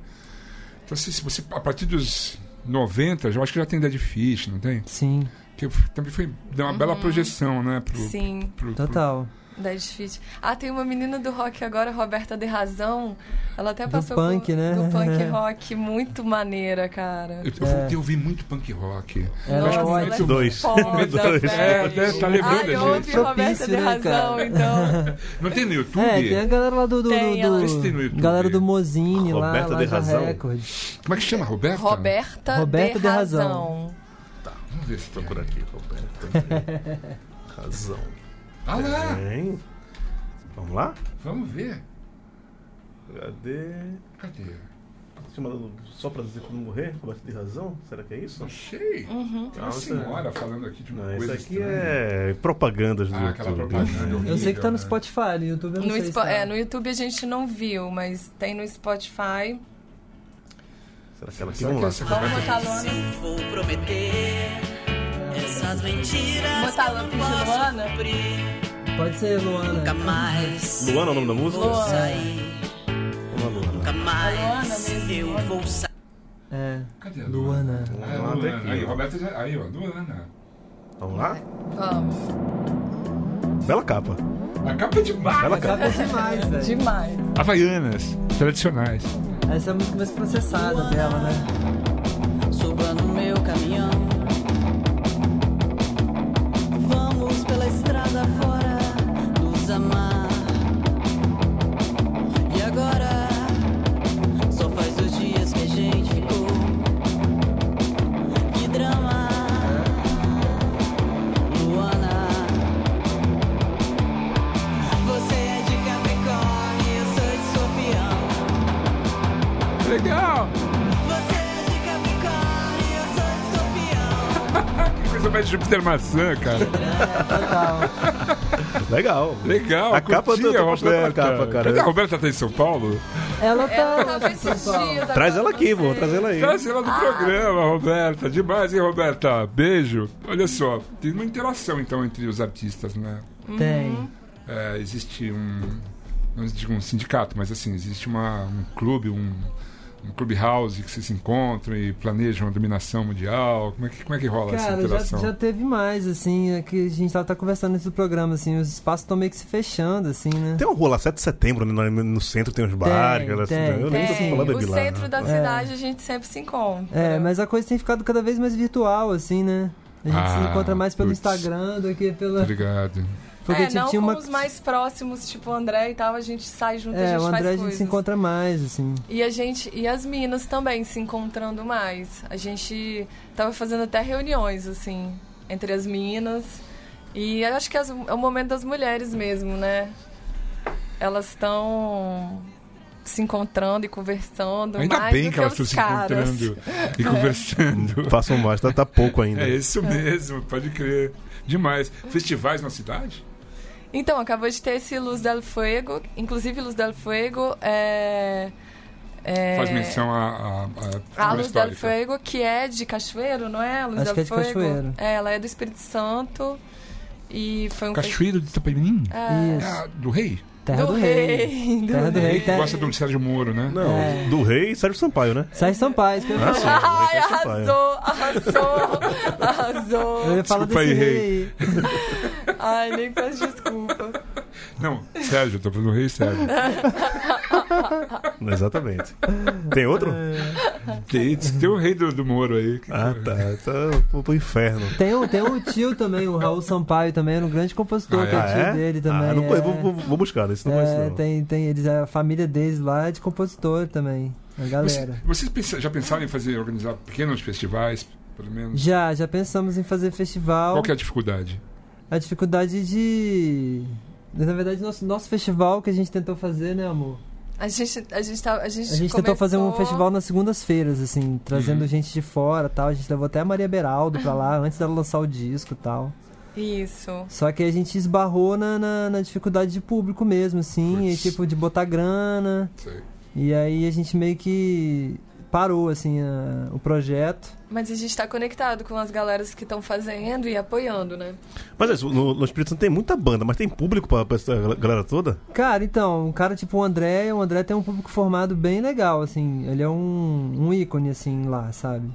Speaker 1: Então, assim, se você, a partir dos 90, eu acho que já tem Dead Fish, não tem?
Speaker 4: sim
Speaker 1: Que f- também foi, deu uma bela projeção, né? Pro,
Speaker 3: Sim,
Speaker 1: pro- pro-
Speaker 4: total
Speaker 3: Dead Fit. Ah, tem uma menina do rock agora, Roberta de Razão. Ela até
Speaker 4: Do
Speaker 3: passou
Speaker 4: punk,
Speaker 3: por-
Speaker 4: né?
Speaker 3: do punk rock, muito maneira, cara.
Speaker 1: Eu, eu
Speaker 4: É.
Speaker 1: voltei a ouvir muito punk rock.
Speaker 4: Ela
Speaker 1: acho
Speaker 4: é
Speaker 1: que
Speaker 4: ótima.
Speaker 1: muito-
Speaker 2: Dois.
Speaker 3: Foda,
Speaker 2: Dois.
Speaker 3: velho.
Speaker 1: É, até tá lembrando
Speaker 3: Ai,
Speaker 1: a
Speaker 3: eu
Speaker 1: gente.
Speaker 3: ouvi Roberta
Speaker 4: Propício,
Speaker 3: de
Speaker 4: né,
Speaker 3: razão,
Speaker 4: cara?
Speaker 3: então.
Speaker 1: Não tem no YouTube?
Speaker 4: É, tem a galera lá do. do,
Speaker 3: Tem, ela-
Speaker 4: do,
Speaker 1: Vê se tem no YouTube.
Speaker 4: galera do Mozini lá,
Speaker 2: Roberta
Speaker 4: lá
Speaker 2: de
Speaker 4: da
Speaker 2: Razão.
Speaker 4: Record.
Speaker 1: Como é que chama? Roberta?
Speaker 3: Roberta,
Speaker 4: Roberta
Speaker 3: de,
Speaker 4: de
Speaker 3: razão.
Speaker 4: Razão.
Speaker 1: Vamos ver se tem.
Speaker 2: Procura aqui, Roberto. Razão.
Speaker 1: Ah lá!
Speaker 2: Tem. Vamos lá?
Speaker 1: Vamos ver.
Speaker 2: Cadê?
Speaker 1: Cadê?
Speaker 2: Chamando só pra dizer que não morrer, Roberto de razão? Será que é isso?
Speaker 1: Achei.
Speaker 3: Uhum.
Speaker 1: Tem uma
Speaker 2: Nossa.
Speaker 1: senhora falando aqui de uma
Speaker 2: Não, isso
Speaker 1: coisa
Speaker 2: aqui
Speaker 1: estranha.
Speaker 2: é propagandas do
Speaker 1: Ah, aquela
Speaker 2: YouTube.
Speaker 1: propaganda.
Speaker 4: Eu sei que tá
Speaker 1: né?
Speaker 4: no Spotify, no YouTube eu não
Speaker 3: No,
Speaker 4: sei. se
Speaker 3: Spo-
Speaker 4: tá.
Speaker 3: é, no YouTube a gente não viu, mas tem no Spotify.
Speaker 2: Será que ela aqui?
Speaker 1: Será que é
Speaker 2: Vamos
Speaker 1: essa
Speaker 2: lá.
Speaker 3: Vamos
Speaker 1: Roberta?
Speaker 3: botar a Luana.
Speaker 5: Se vou prometer essas mentiras
Speaker 3: Botar
Speaker 5: que eu
Speaker 3: Lamp de
Speaker 5: não posso
Speaker 3: Luana?
Speaker 5: cumprir,
Speaker 4: Pode ser,
Speaker 5: nunca
Speaker 4: Luana.
Speaker 5: mais
Speaker 2: Luana é o nome da música?
Speaker 5: vou sair,
Speaker 2: Vamos lá, Luana.
Speaker 5: nunca
Speaker 3: Luana
Speaker 5: mais
Speaker 3: mesmo,
Speaker 5: eu
Speaker 3: Luana.
Speaker 5: vou sair.
Speaker 4: É.
Speaker 1: Cadê a
Speaker 4: Luana.
Speaker 1: Ah,
Speaker 2: Luana
Speaker 1: Luana.
Speaker 2: tá aqui,
Speaker 1: Aí,
Speaker 2: ó.
Speaker 1: Roberta já... Aí, ó, Luana.
Speaker 2: Vamos lá?
Speaker 3: Vamos.
Speaker 2: Bela capa.
Speaker 1: A capa é demais.
Speaker 2: Bela capa.
Speaker 4: Capa demais, velho.
Speaker 3: Demais.
Speaker 1: Havaianas, tradicionais.
Speaker 4: Essa é muito mais processada dela, né?
Speaker 5: Sobrando meu caminhão. Vamos pela estrada fora nos amar. E agora? Só faz dois dias que a gente ficou. Que drama, Luana. Você é de Capricórnio, eu sou de Escorpião.
Speaker 1: Legal!
Speaker 5: Você é de Capricórnio, eu sou de Escorpião.
Speaker 1: Que coisa mais Júpiter maçã, cara.
Speaker 4: Total.
Speaker 2: Legal.
Speaker 1: Legal,
Speaker 2: A capa
Speaker 1: curti
Speaker 2: do-
Speaker 1: a
Speaker 2: eu tô
Speaker 1: Roberta.
Speaker 2: procurando a capa, cara.
Speaker 1: Cadê a Roberta tá em São Paulo?
Speaker 4: Ela
Speaker 3: Ela
Speaker 4: tá.
Speaker 3: É, tava esses dias.
Speaker 2: Traz
Speaker 3: agora
Speaker 2: ela aqui,
Speaker 3: com
Speaker 2: vou
Speaker 3: vocês.
Speaker 2: trazer ela aí.
Speaker 1: Traz
Speaker 4: Ah.
Speaker 1: ela é do programa, Roberta. Demais, hein, Roberta? Beijo. Olha só, tem uma interação, então, entre os artistas, né?
Speaker 3: Uhum.
Speaker 4: Tem.
Speaker 1: É, existe um... Não digo um sindicato, mas assim, existe uma, um clube, um... um clubhouse que vocês se encontram e planejam a dominação mundial? Como é que, como é que rola essa
Speaker 4: Cara, já,
Speaker 1: interação?
Speaker 4: já teve mais, assim, é que a gente tava, tá conversando antes do programa, assim, os espaços estão meio que se fechando, assim, né?
Speaker 2: Tem uma rua lá, 7 de setembro, né, no, no centro tem uns bares.
Speaker 4: Tem,
Speaker 2: aquela-
Speaker 4: tem,
Speaker 2: eu lembro dessa
Speaker 3: Tem.
Speaker 2: falada de
Speaker 3: O
Speaker 2: lá.
Speaker 3: centro
Speaker 2: né?
Speaker 3: da
Speaker 2: É.
Speaker 3: cidade a gente sempre se encontra.
Speaker 2: um
Speaker 4: É, mas a coisa tem ficado cada vez mais virtual, assim, né? A gente se
Speaker 1: Ah,
Speaker 4: encontra mais pelo
Speaker 1: putz.
Speaker 4: Instagram do que pela.
Speaker 1: Obrigado.
Speaker 4: Porque
Speaker 3: é,
Speaker 4: tipo,
Speaker 3: não
Speaker 4: tinha
Speaker 3: com
Speaker 4: uma.
Speaker 3: os mais próximos, tipo o André e tal, a gente sai junto, a
Speaker 4: É,
Speaker 3: gente
Speaker 4: o
Speaker 3: faz
Speaker 4: André a gente
Speaker 3: coisas.
Speaker 4: se encontra mais, assim.
Speaker 3: E a gente e as minas também se encontrando mais. A gente tava fazendo até reuniões assim entre as minas e eu acho que as- é o momento das mulheres mesmo, né? Elas estão se encontrando e conversando
Speaker 1: Ainda
Speaker 3: mais
Speaker 1: bem
Speaker 3: do
Speaker 1: que
Speaker 3: que
Speaker 1: elas
Speaker 3: os
Speaker 1: estão se
Speaker 3: caras. É.
Speaker 1: encontrando e conversando.
Speaker 2: Façam mais, tá, tá pouco ainda.
Speaker 1: É isso mesmo, pode crer. Demais. Festivais na cidade?
Speaker 3: Então, acabou de ter esse Luz del Fuego. Inclusive, Luz del Fuego é. é-
Speaker 1: Faz menção à à- à
Speaker 3: A
Speaker 1: figura
Speaker 3: Ah, Luz del
Speaker 1: histórica.
Speaker 3: Fuego, que é de Cachoeiro, não é? A Luz del
Speaker 4: Acho que é de
Speaker 3: Fuego.
Speaker 4: Cachoeiro.
Speaker 3: É, ela é do Espírito Santo. E foi um. festi-
Speaker 1: Cachoeiro de Itapemirim?
Speaker 3: É,
Speaker 4: Isso.
Speaker 1: Ah, do rei?
Speaker 4: Terra do, Rei.
Speaker 3: do
Speaker 4: Terra É do Rei. tá.
Speaker 1: Ele gosta do Sérgio Moro, né?
Speaker 2: Não,
Speaker 4: É.
Speaker 2: do rei e Sérgio Sampaio, né?
Speaker 4: Sai Sampaio, isso que eu ia falar.
Speaker 3: Ai,
Speaker 2: Rei Sampaio.
Speaker 3: arrasou, arrasou,
Speaker 4: Eu
Speaker 3: arrasou.
Speaker 4: ia falar
Speaker 1: Desculpa
Speaker 4: desse
Speaker 1: aí,
Speaker 4: rei. aí.
Speaker 3: Ai, nem peço desculpa.
Speaker 1: Não, Sérgio, eu tô falando do rei Sérgio.
Speaker 2: Exatamente. Tem outro?
Speaker 4: É.
Speaker 1: Tem, tem o rei do, do Moro aí. que-
Speaker 2: Ah, tá. Tá pro, pro inferno.
Speaker 4: Tem um, tem um tio também, o Raul Sampaio também, era um grande compositor,
Speaker 1: Ah,
Speaker 4: que é
Speaker 1: é?
Speaker 4: tio dele também.
Speaker 2: Ah, não conheço,
Speaker 4: é.
Speaker 2: vou, vou- vou buscar, né? Isso não conheço,
Speaker 4: É,
Speaker 2: não.
Speaker 4: tem, tem eles, a família deles lá é de compositor também, a
Speaker 1: Você-
Speaker 4: galera.
Speaker 1: vocês pensa- já pensaram em fazer, organizar pequenos festivais, pelo menos?
Speaker 4: Já, já pensamos em fazer festival.
Speaker 1: Qual que é a dificuldade?
Speaker 4: A dificuldade de. Na verdade, nosso, nosso festival que a gente tentou fazer, né, amor?
Speaker 3: A gente, a gente, tá, a gente
Speaker 4: A gente tentou fazer um
Speaker 3: começou-
Speaker 4: festival nas segundas-feiras, assim, trazendo
Speaker 1: Uhum.
Speaker 4: gente de fora tal. A gente levou até a Maria Beraldo pra lá, antes dela lançar o disco tal.
Speaker 3: Isso.
Speaker 4: Só que a gente esbarrou na, na, na dificuldade de público mesmo, assim, e,
Speaker 1: Puts.
Speaker 4: tipo, de botar grana.
Speaker 1: Sei.
Speaker 4: E aí a gente meio que parou, assim, a- o projeto.
Speaker 3: Mas a gente tá conectado com as galeras que estão fazendo e apoiando, né?
Speaker 2: Mas é isso, no, no Espírito Santo tem muita banda, mas tem público pra, pra essa galera toda?
Speaker 4: Cara, então, um cara tipo o André, o André tem um público formado bem legal, assim. Ele é um, um ícone, assim, lá, sabe?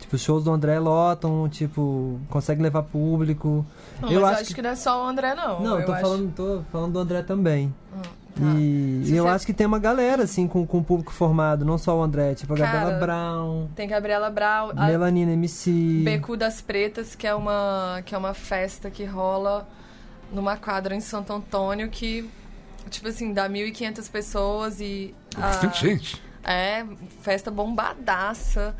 Speaker 4: Tipo, os shows do André lotam, tipo, consegue levar público.
Speaker 3: Não,
Speaker 4: Eu
Speaker 3: mas
Speaker 4: acho
Speaker 3: eu acho
Speaker 4: que-
Speaker 3: que... não é só o André, não.
Speaker 4: Não, eu
Speaker 3: eu
Speaker 4: tô
Speaker 3: acho-
Speaker 4: falando, tô falando do André também.
Speaker 3: Tá.
Speaker 4: E
Speaker 3: Se
Speaker 4: eu
Speaker 3: você-
Speaker 4: acho que tem uma galera, assim, com, com público formado, não só o André, tipo a
Speaker 3: Cara,
Speaker 4: Gabriela Brown,
Speaker 3: Tem Gabriela Brau, a
Speaker 4: Melanina MC.
Speaker 3: Beco das Pretas, que é, uma, que é uma festa que rola numa quadra em Santo Antônio que, tipo assim, dá 1.500 pessoas e... a-
Speaker 1: Bastante gente.
Speaker 3: É, festa bombadaça.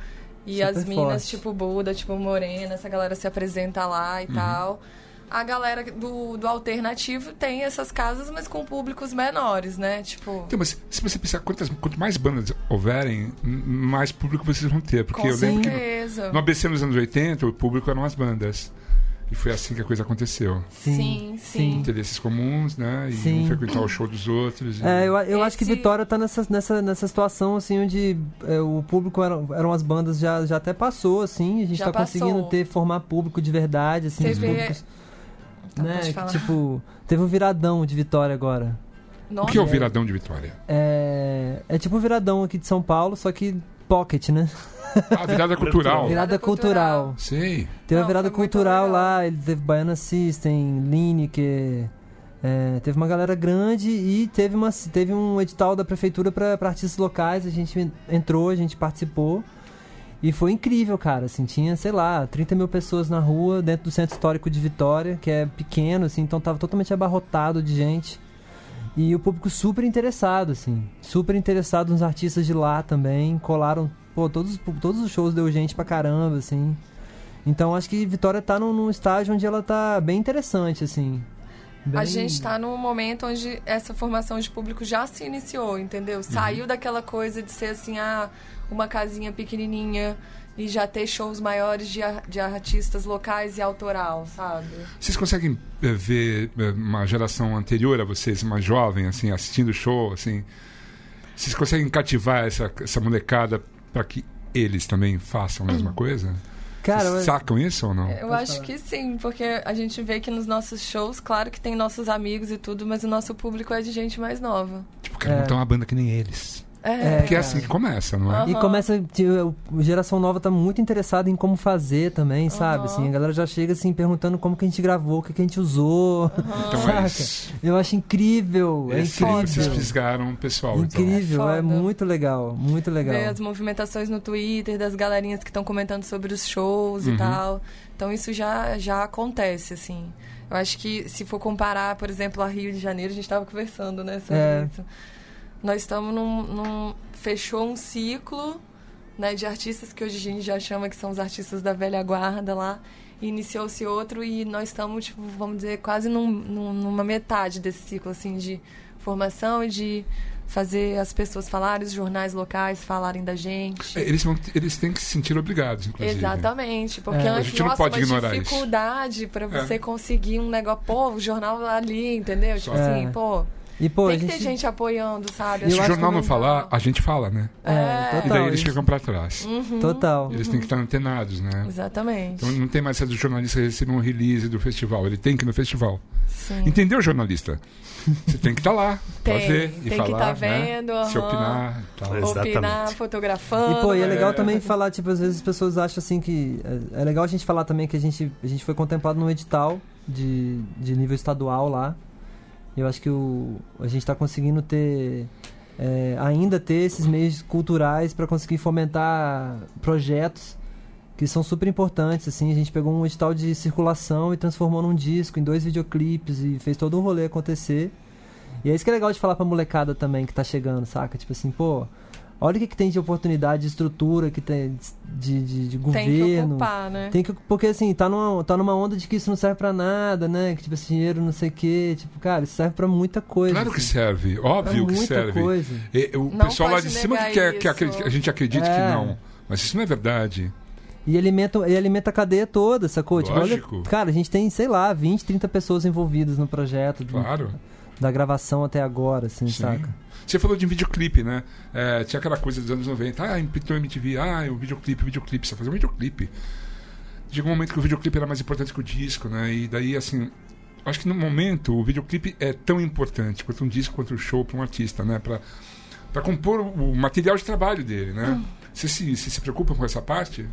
Speaker 3: E
Speaker 4: Super
Speaker 3: as minas,
Speaker 4: forte.
Speaker 3: tipo Buda, tipo Morena, essa galera se apresenta lá
Speaker 1: Uhum.
Speaker 3: e tal. A galera do, do alternativo tem essas casas, mas com públicos menores, né? Tipo,
Speaker 1: Então, mas se você pensar quantas, quanto mais bandas houverem, m- mais público vocês vão ter. Porque
Speaker 3: com
Speaker 1: eu lembro que
Speaker 3: certeza.
Speaker 1: no, no ABC nos anos 80, o público eram as bandas. E foi assim que a coisa aconteceu.
Speaker 3: Sim, sim.
Speaker 4: Sim.
Speaker 1: Interesses comuns, né? E
Speaker 4: Sim.
Speaker 1: um frequentar o show dos outros. e-
Speaker 4: É, eu, eu acho que
Speaker 3: Esse-
Speaker 4: Vitória tá nessa, nessa, nessa situação, assim, onde é, o público eram, eram as bandas, já, já até passou, assim, a gente
Speaker 3: Já
Speaker 4: tá
Speaker 3: passou.
Speaker 4: conseguindo ter, formar público de verdade, assim,
Speaker 3: Você
Speaker 4: os
Speaker 3: vê-
Speaker 4: públicos.
Speaker 3: Tá,
Speaker 4: né,
Speaker 3: pode
Speaker 4: que,
Speaker 3: falar.
Speaker 4: tipo, teve um viradão de Vitória agora.
Speaker 1: O
Speaker 3: Nossa,
Speaker 1: que é o viradão de Vitória?
Speaker 4: É, é tipo o viradão aqui de São Paulo, só que pocket, né?
Speaker 1: A virada cultural.
Speaker 3: Virada
Speaker 4: Virada cultural.
Speaker 1: Sei.
Speaker 4: Teve
Speaker 3: Não,
Speaker 4: uma virada
Speaker 3: foi muito
Speaker 4: cultural
Speaker 3: legal.
Speaker 4: lá, ele teve Baiana System, Lineker. é, teve uma galera grande e teve, uma, teve um edital da prefeitura pra pra artistas locais. A gente en- entrou, a gente participou. E foi incrível, cara. Assim, tinha, sei lá, 30 mil pessoas na rua, dentro do centro histórico de Vitória, que é pequeno, assim, então tava totalmente abarrotado de gente. E o público super interessado, assim. Super interessado nos artistas de lá também. Colaram, pô, todos, os pub- todos os shows deu gente pra caramba, assim. Então acho que Vitória tá num, num estágio onde ela tá bem interessante, assim.
Speaker 3: A
Speaker 4: Bem-
Speaker 3: gente tá num momento onde essa formação de público já se iniciou, entendeu? Saiu daquela coisa de ser assim, ah, uma casinha pequenininha e já ter shows maiores de, ar- de artistas locais e autoral, sabe?
Speaker 1: Vocês conseguem eh, ver eh, uma geração anterior a vocês, mais jovem, assim, assistindo o show, assim? Vocês conseguem cativar essa, essa molecada para que eles também façam a mesma
Speaker 4: Hum.
Speaker 1: coisa?
Speaker 4: Cara,
Speaker 1: Vocês
Speaker 4: eu-
Speaker 1: sacam isso ou não?
Speaker 3: É, Eu acho que sim, porque a gente vê que nos nossos shows, claro que tem nossos amigos e tudo, mas o nosso público é de gente mais nova.
Speaker 1: Tipo, quero montar uma banda que nem eles.
Speaker 3: É.
Speaker 1: Que é assim que começa, não é?
Speaker 3: Aham.
Speaker 4: E começa. tipo, A geração nova tá muito interessada em como fazer também, sabe? Assim, a galera já chega assim perguntando como que a gente gravou, o que, que a gente usou.
Speaker 1: Então é
Speaker 4: Saca?
Speaker 1: isso.
Speaker 4: Eu acho incrível, é
Speaker 1: Esse- Vocês
Speaker 4: incrível.
Speaker 1: fisgaram o pessoal, então.
Speaker 4: Incrível,
Speaker 3: Foda.
Speaker 4: é muito legal, muito legal.
Speaker 3: Ver as movimentações no Twitter das galerinhas que estão comentando sobre os shows
Speaker 4: Uhum.
Speaker 3: e tal. Então isso já, já acontece, assim. Eu acho que se for comparar, por exemplo, a Rio de Janeiro, a gente estava conversando, né, sobre
Speaker 4: É.
Speaker 3: isso. Nós estamos num, num- Fechou um ciclo, né, de artistas que hoje a gente já chama que são os artistas da velha guarda lá. E Iniciou-se outro e nós estamos, tipo, vamos dizer, quase num- num- numa metade desse ciclo, assim, de formação e de fazer as pessoas falarem, os jornais locais falarem da gente.
Speaker 1: Eles, vão- eles têm que se sentir obrigados, inclusive. né?
Speaker 3: Exatamente, porque
Speaker 4: É.
Speaker 1: A
Speaker 3: antes,
Speaker 1: gente não
Speaker 3: nossa,
Speaker 1: pode
Speaker 3: uma
Speaker 1: ignorar isso.
Speaker 3: dificuldade pra
Speaker 1: É.
Speaker 3: você conseguir um negócio, pô, o jornal ali, entendeu? Tipo
Speaker 4: É.
Speaker 3: assim, pô,
Speaker 4: E pô,
Speaker 3: tem
Speaker 4: a
Speaker 3: que
Speaker 4: gente,
Speaker 3: ter gente apoiando, sabe?
Speaker 4: Eu
Speaker 1: Se
Speaker 3: Acho
Speaker 1: o
Speaker 3: que
Speaker 1: jornal não falar,
Speaker 3: dá.
Speaker 1: a gente fala, né?
Speaker 4: É,
Speaker 3: É.
Speaker 1: E
Speaker 4: total.
Speaker 1: daí eles
Speaker 4: isso. Uhum.
Speaker 1: ficam pra trás.
Speaker 3: Uhum.
Speaker 4: Total.
Speaker 1: Eles têm que estar antenados, né?
Speaker 3: Exatamente.
Speaker 1: Então não tem mais essa do jornalista receber um release do festival. Ele tem que ir no festival.
Speaker 3: Sim.
Speaker 1: Entendeu, jornalista? Você tem que estar lá,
Speaker 3: Tem,
Speaker 1: fazer
Speaker 3: tem
Speaker 1: e
Speaker 3: que
Speaker 1: falar,
Speaker 3: tá
Speaker 1: né?
Speaker 3: vendo,
Speaker 1: se
Speaker 3: aham.
Speaker 1: opinar e tal.
Speaker 2: Exato.
Speaker 3: Opinar,
Speaker 2: Exatamente.
Speaker 3: fotografando.
Speaker 4: E, pô, e é legal
Speaker 1: É.
Speaker 4: também falar, tipo, às vezes as pessoas acham assim que. É, é legal a gente falar também que a gente, a gente foi contemplado num edital de, de nível estadual lá. Eu acho que o, a gente tá conseguindo ter. é, ainda ter esses meios culturais para conseguir fomentar projetos que são super importantes, assim. A gente pegou um edital de circulação e transformou num disco, em dois videoclipes e fez todo um rolê acontecer. E é isso que é legal de falar pra molecada também que tá chegando, saca? Tipo assim, pô, olha o que, que tem de oportunidade, de estrutura, que tem de, de, de
Speaker 3: Tem que
Speaker 4: governo.
Speaker 3: ocupar, né?
Speaker 4: Tem que, porque assim, tá numa, tá numa onda de que isso não serve pra nada, né? Que tipo, esse dinheiro não sei o quê. Tipo, cara, isso serve pra muita coisa.
Speaker 1: Claro que
Speaker 4: assim.
Speaker 1: serve, óbvio
Speaker 4: Pra
Speaker 1: que
Speaker 4: muita
Speaker 1: serve.
Speaker 4: coisa.
Speaker 1: E- o
Speaker 3: Não
Speaker 1: pessoal lá
Speaker 3: pode
Speaker 1: de cima que,
Speaker 3: negar
Speaker 1: quer, que
Speaker 3: isso.
Speaker 1: acredi- a gente acredita
Speaker 4: É.
Speaker 1: que não. Mas isso não é verdade.
Speaker 4: E alimenta, e alimenta a cadeia toda, sacou? Tipo, olha-
Speaker 1: Lógico.
Speaker 4: cara, a gente tem, sei lá, 20, 30 pessoas envolvidas no projeto, do-
Speaker 1: Claro.
Speaker 4: da gravação até agora, assim,
Speaker 1: Sim.
Speaker 4: saca?
Speaker 1: Você falou de videoclipe, né? É, tinha aquela coisa dos anos 90. Ah, pintou MTV. Ah, o videoclipe, o videoclipe. Precisa fazer um videoclipe. Chegou um momento que o videoclipe era mais importante que o disco, né? E daí, assim... Acho que no momento o videoclipe é tão importante quanto um disco, quanto um show para um artista, né? Pra, pra compor o- o material de trabalho dele, né?
Speaker 3: Hum.
Speaker 1: Você se, você se preocupa com essa parte?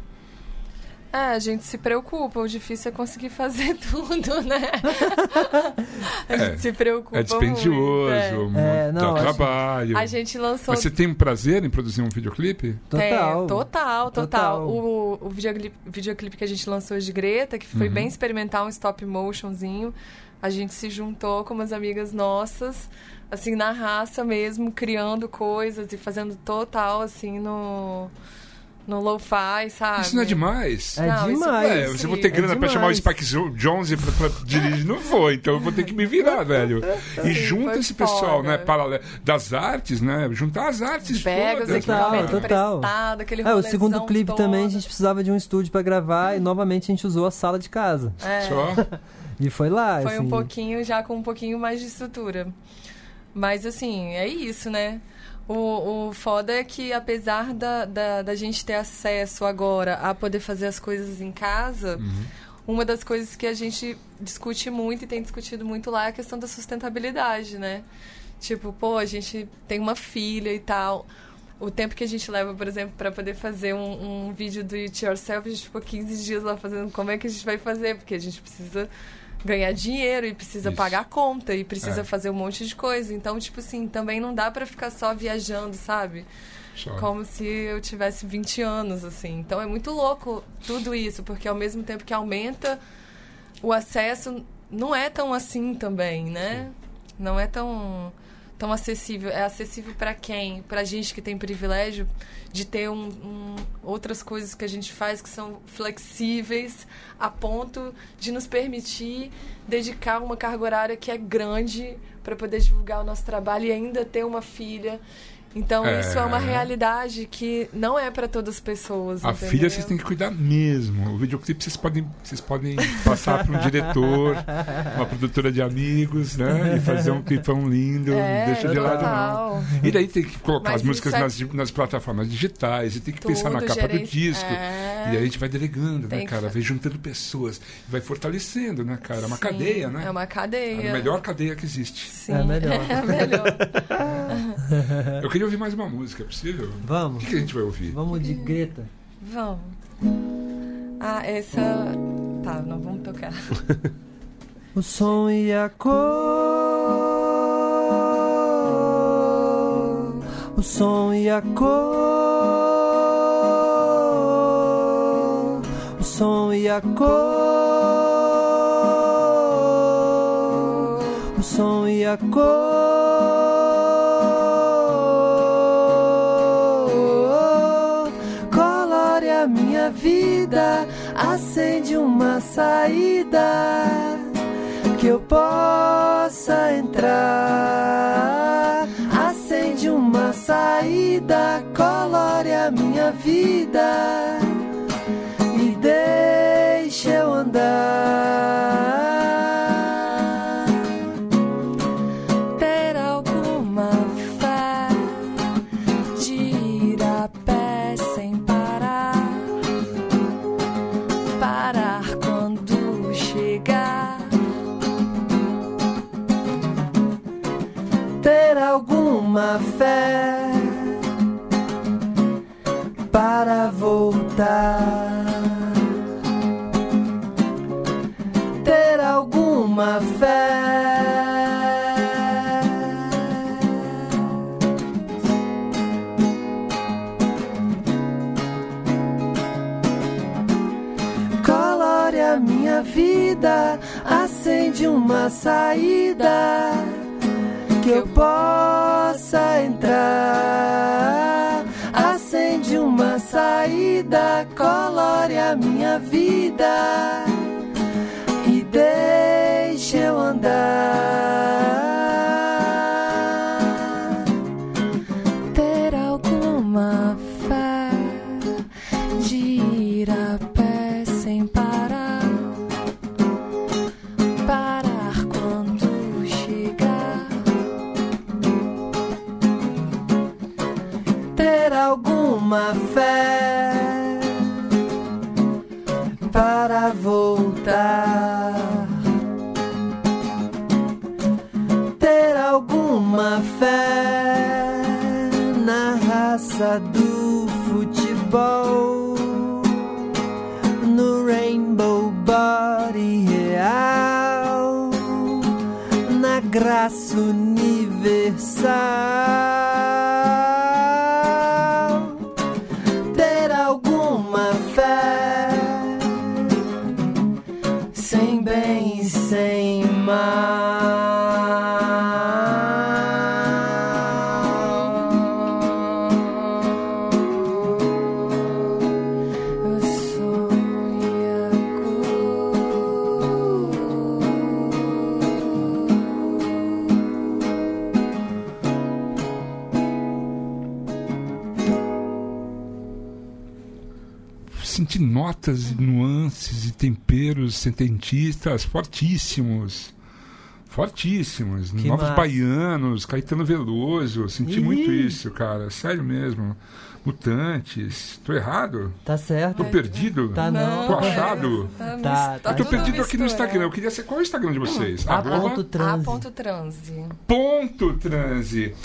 Speaker 3: É, a gente se preocupa. O difícil é conseguir fazer tudo, né? a gente
Speaker 1: É.
Speaker 3: se preocupa.
Speaker 1: é
Speaker 3: muito,
Speaker 1: dispendioso,
Speaker 3: é.
Speaker 1: muito,
Speaker 4: É, não,
Speaker 1: dá
Speaker 4: acho-
Speaker 1: trabalho.
Speaker 3: A gente lançou
Speaker 1: Mas você tem um prazer em produzir um videoclipe?
Speaker 4: Total.
Speaker 3: Tem, É, total, total.
Speaker 4: Total.
Speaker 3: O, o videoclipe, videoclipe que a gente lançou de Greta, que
Speaker 1: Uhum.
Speaker 3: foi bem experimental, um stop motionzinho. A gente se juntou com umas amigas nossas, assim, na raça mesmo, criando coisas e fazendo total, assim, no, no lo-fi, sabe?
Speaker 1: Isso não é demais?
Speaker 4: É
Speaker 3: Não, isso
Speaker 4: demais.
Speaker 3: foi assim,
Speaker 1: É, você vou ter
Speaker 3: incrível.
Speaker 1: grana pra
Speaker 4: demais.
Speaker 1: chamar o Spike Jo- Jonze pra, pra dirigir, não vou, então eu vou ter que me virar, velho. E junta
Speaker 3: foi
Speaker 1: esse pessoal,
Speaker 3: foda.
Speaker 1: né? Paralelo, das artes, né? Juntar as artes
Speaker 3: Pega os
Speaker 1: todas. né?
Speaker 4: Total,
Speaker 3: equipamentos
Speaker 1: cara.
Speaker 4: total.
Speaker 3: emprestados, aquele
Speaker 4: É, o
Speaker 3: rolezão
Speaker 4: segundo clipe
Speaker 3: todo.
Speaker 4: também a gente precisava de um estúdio pra gravar e
Speaker 3: Hum.
Speaker 4: novamente a gente usou a sala de casa.
Speaker 3: É.
Speaker 1: Só.
Speaker 4: E foi lá,
Speaker 3: Foi
Speaker 4: assim.
Speaker 3: um pouquinho, já com um pouquinho mais de estrutura. Mas, assim, é isso, né? O, o foda é que, apesar da, da, da gente ter acesso agora a poder fazer as coisas em casa, uma das coisas que a gente discute muito e tem discutido muito lá é a questão da sustentabilidade, né? Tipo, pô, a gente tem uma filha e tal. O tempo que a gente leva, por exemplo, pra poder fazer um, um vídeo do It Yourself, a gente ficou 15 dias lá fazendo. Como é que a gente vai fazer? Porque a gente precisa ganhar dinheiro e precisa
Speaker 1: Isso.
Speaker 3: pagar conta e precisa
Speaker 1: É.
Speaker 3: fazer um monte de coisa. Então, tipo assim, também não dá pra ficar só viajando, sabe?
Speaker 1: só.
Speaker 3: Como se eu tivesse 20 anos, assim. Então é muito louco tudo isso, porque ao mesmo tempo que aumenta, o acesso não é tão assim também, né? Não é tão, tão acessível. É acessível pra quem? Pra gente que tem privilégio de ter um, um- outras coisas que a gente faz que são flexíveis a ponto de nos permitir dedicar uma carga horária que é grande pra poder divulgar o nosso trabalho e ainda ter uma filha. Então,
Speaker 1: É.
Speaker 3: isso é uma realidade que não é pra todas as pessoas.
Speaker 1: A
Speaker 3: entendeu?
Speaker 1: filha vocês têm que cuidar mesmo. O videoclipe vocês podem, vocês podem passar para um diretor, uma produtora de amigos, né? E fazer um clipão lindo.
Speaker 3: É,
Speaker 1: não deixa de lado, não.
Speaker 3: total.
Speaker 1: E daí tem que colocar
Speaker 3: Mas
Speaker 1: as músicas
Speaker 3: isso é-
Speaker 1: nas, nas plataformas digitais, e tem que pensar na
Speaker 3: Tudo
Speaker 1: capa do
Speaker 3: gerenci-
Speaker 1: disco.
Speaker 3: É.
Speaker 1: E aí a gente vai delegando, né,
Speaker 3: Tem que
Speaker 1: cara?
Speaker 3: fazer.
Speaker 1: Vai juntando pessoas, vai fortalecendo, né, cara? É uma
Speaker 3: Sim,
Speaker 1: cadeia, né?
Speaker 3: É uma cadeia.
Speaker 1: A melhor cadeia que existe.
Speaker 3: Sim,
Speaker 4: É a melhor.
Speaker 3: É a melhor.
Speaker 1: Eu queria queria ouvir mais uma música, é possível? O
Speaker 4: Vamos.
Speaker 1: que, que a gente vai ouvir?
Speaker 4: Vamos de Greta.
Speaker 3: Vamos. Ah, essa. Tá, não vamos tocar.
Speaker 4: O som e a cor. O som e a cor. O som e a cor. O som e a cor. Colore a minha vida. Acende uma saída que eu possa entrar. Acende uma saída, colore a minha vida e deixa eu andar.
Speaker 3: ter alguma fé de ir a pé sem parar. Parar quando chegar.
Speaker 4: Ter alguma fé para voltar. Ter alguma fé. colore a minha vida, acende uma saída que eu possa entrar. Acende uma saída, colore a minha vida e deixa eu andar.
Speaker 3: Ter alguma fé de ir a pé sem parar. Parar quando chegar.
Speaker 4: ter alguma fé para voltar. Ter alguma fé na raça do futebol, no rainbow body real na graça universal. Ter alguma fé, sem bem e sem mal.
Speaker 3: Eu sou
Speaker 1: Senti notas e nuances e temperos sententistas fortíssimos. Fortíssimos.
Speaker 4: Que
Speaker 1: Novos
Speaker 4: massa.
Speaker 1: baianos, Caetano Veloso. Senti
Speaker 4: Ih.
Speaker 1: muito isso, cara. Sério mesmo. Mutantes. Tô errado?
Speaker 4: Tá certo?
Speaker 1: Tô perdido?
Speaker 4: Tá não.
Speaker 1: Tô achado?
Speaker 4: Tá, tá.
Speaker 1: Eu tô
Speaker 3: tudo
Speaker 1: é. perdido aqui no
Speaker 3: misturado.
Speaker 1: Instagram. Eu queria ser qual é o Instagram de vocês?
Speaker 4: A
Speaker 1: Arroba
Speaker 4: Ah, ponto
Speaker 3: A
Speaker 4: trans.
Speaker 3: ponto transe.
Speaker 1: ponto transe.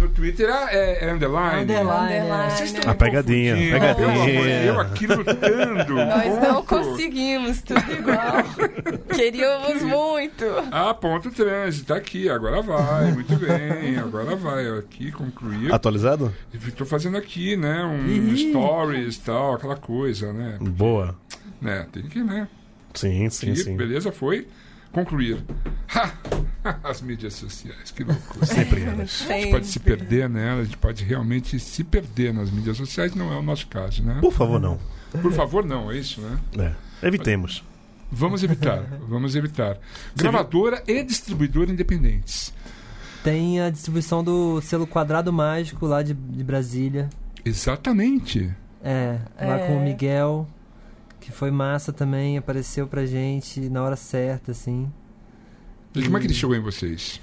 Speaker 1: No Twitter ah, é, é underline.
Speaker 4: Underline.
Speaker 1: Vocês estão
Speaker 2: A Ah, pegadinha,
Speaker 1: confundindo,
Speaker 2: pegadinha.
Speaker 1: pelo amor de Deus, Eu aqui lutando.
Speaker 3: Nós não
Speaker 1: ponto.
Speaker 3: conseguimos tudo igual. Queríamos muito.
Speaker 1: Ah, ponto transe, tá aqui, agora vai, muito bem, agora vai, ó, aqui concluiu.
Speaker 2: Ah. Atualizado?
Speaker 1: Tô fazendo aqui, né, um
Speaker 4: Ih.
Speaker 1: stories e tal, aquela coisa, né,
Speaker 2: Boa.
Speaker 1: né, tem que, né,
Speaker 2: Sim, sim,
Speaker 1: que,
Speaker 2: sim.
Speaker 1: beleza, foi, concluir. Ha! As mídias sociais, que loucura.
Speaker 2: Sempre é. elas.
Speaker 1: A gente
Speaker 3: Sempre.
Speaker 1: pode se perder, né? A gente pode realmente se perder nas mídias sociais, não é o nosso caso, né?
Speaker 2: Por favor, não.
Speaker 1: Por favor, não, é isso, né?
Speaker 2: É. Evitemos.
Speaker 1: Vamos evitar, vamos evitar. Gravadora e distribuidora independentes.
Speaker 4: Tem a distribuição do selo Quadrado Mágico lá de, de Brasília.
Speaker 1: Exatamente.
Speaker 4: É, lá
Speaker 3: É.
Speaker 4: com o Miguel, que foi massa também, apareceu pra gente na hora certa, assim.
Speaker 1: E como é que ele chegou em vocês?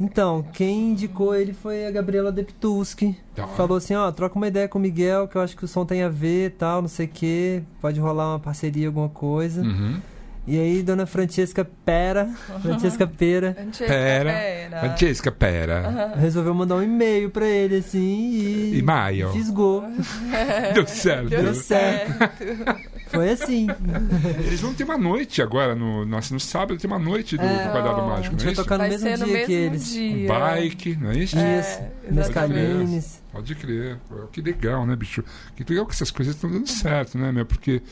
Speaker 4: Então, quem indicou ele foi a Gabriela Deptuski.
Speaker 1: Da hora.
Speaker 4: Falou assim, ó, troca uma ideia com o Miguel, que eu acho que o som tem a ver e tal, não sei o quê. Pode rolar uma parceria, alguma coisa.
Speaker 1: Uhum.
Speaker 4: E aí, Dona Francesca Pera, Francesca Pera,
Speaker 3: Antes- Ah.
Speaker 1: Pera. Francesca, pera.
Speaker 4: resolveu mandar um e-mail pra ele, assim, e...
Speaker 1: E maio.
Speaker 4: Fisgou.
Speaker 1: Deu certo.
Speaker 3: Deu
Speaker 4: Deu certo. Foi assim.
Speaker 1: Eles vão ter uma noite agora, no, no, assim, no sábado tem uma noite do
Speaker 4: É.
Speaker 1: Quadrado
Speaker 3: Não.
Speaker 1: Mágico,
Speaker 4: A gente
Speaker 1: não é
Speaker 4: vai
Speaker 1: isso?
Speaker 4: tocar no
Speaker 3: Vai
Speaker 4: mesmo
Speaker 3: ser
Speaker 4: dia
Speaker 3: no
Speaker 4: que
Speaker 3: mesmo
Speaker 4: eles.
Speaker 1: Um
Speaker 3: dia.
Speaker 1: bike, não é isso?
Speaker 4: Isso.
Speaker 3: exatamente.
Speaker 4: Nas
Speaker 1: Pode
Speaker 4: calines.
Speaker 1: Pode crer. Pô, Que legal, né, bicho? Que legal que essas coisas estão dando certo, né, meu? Porque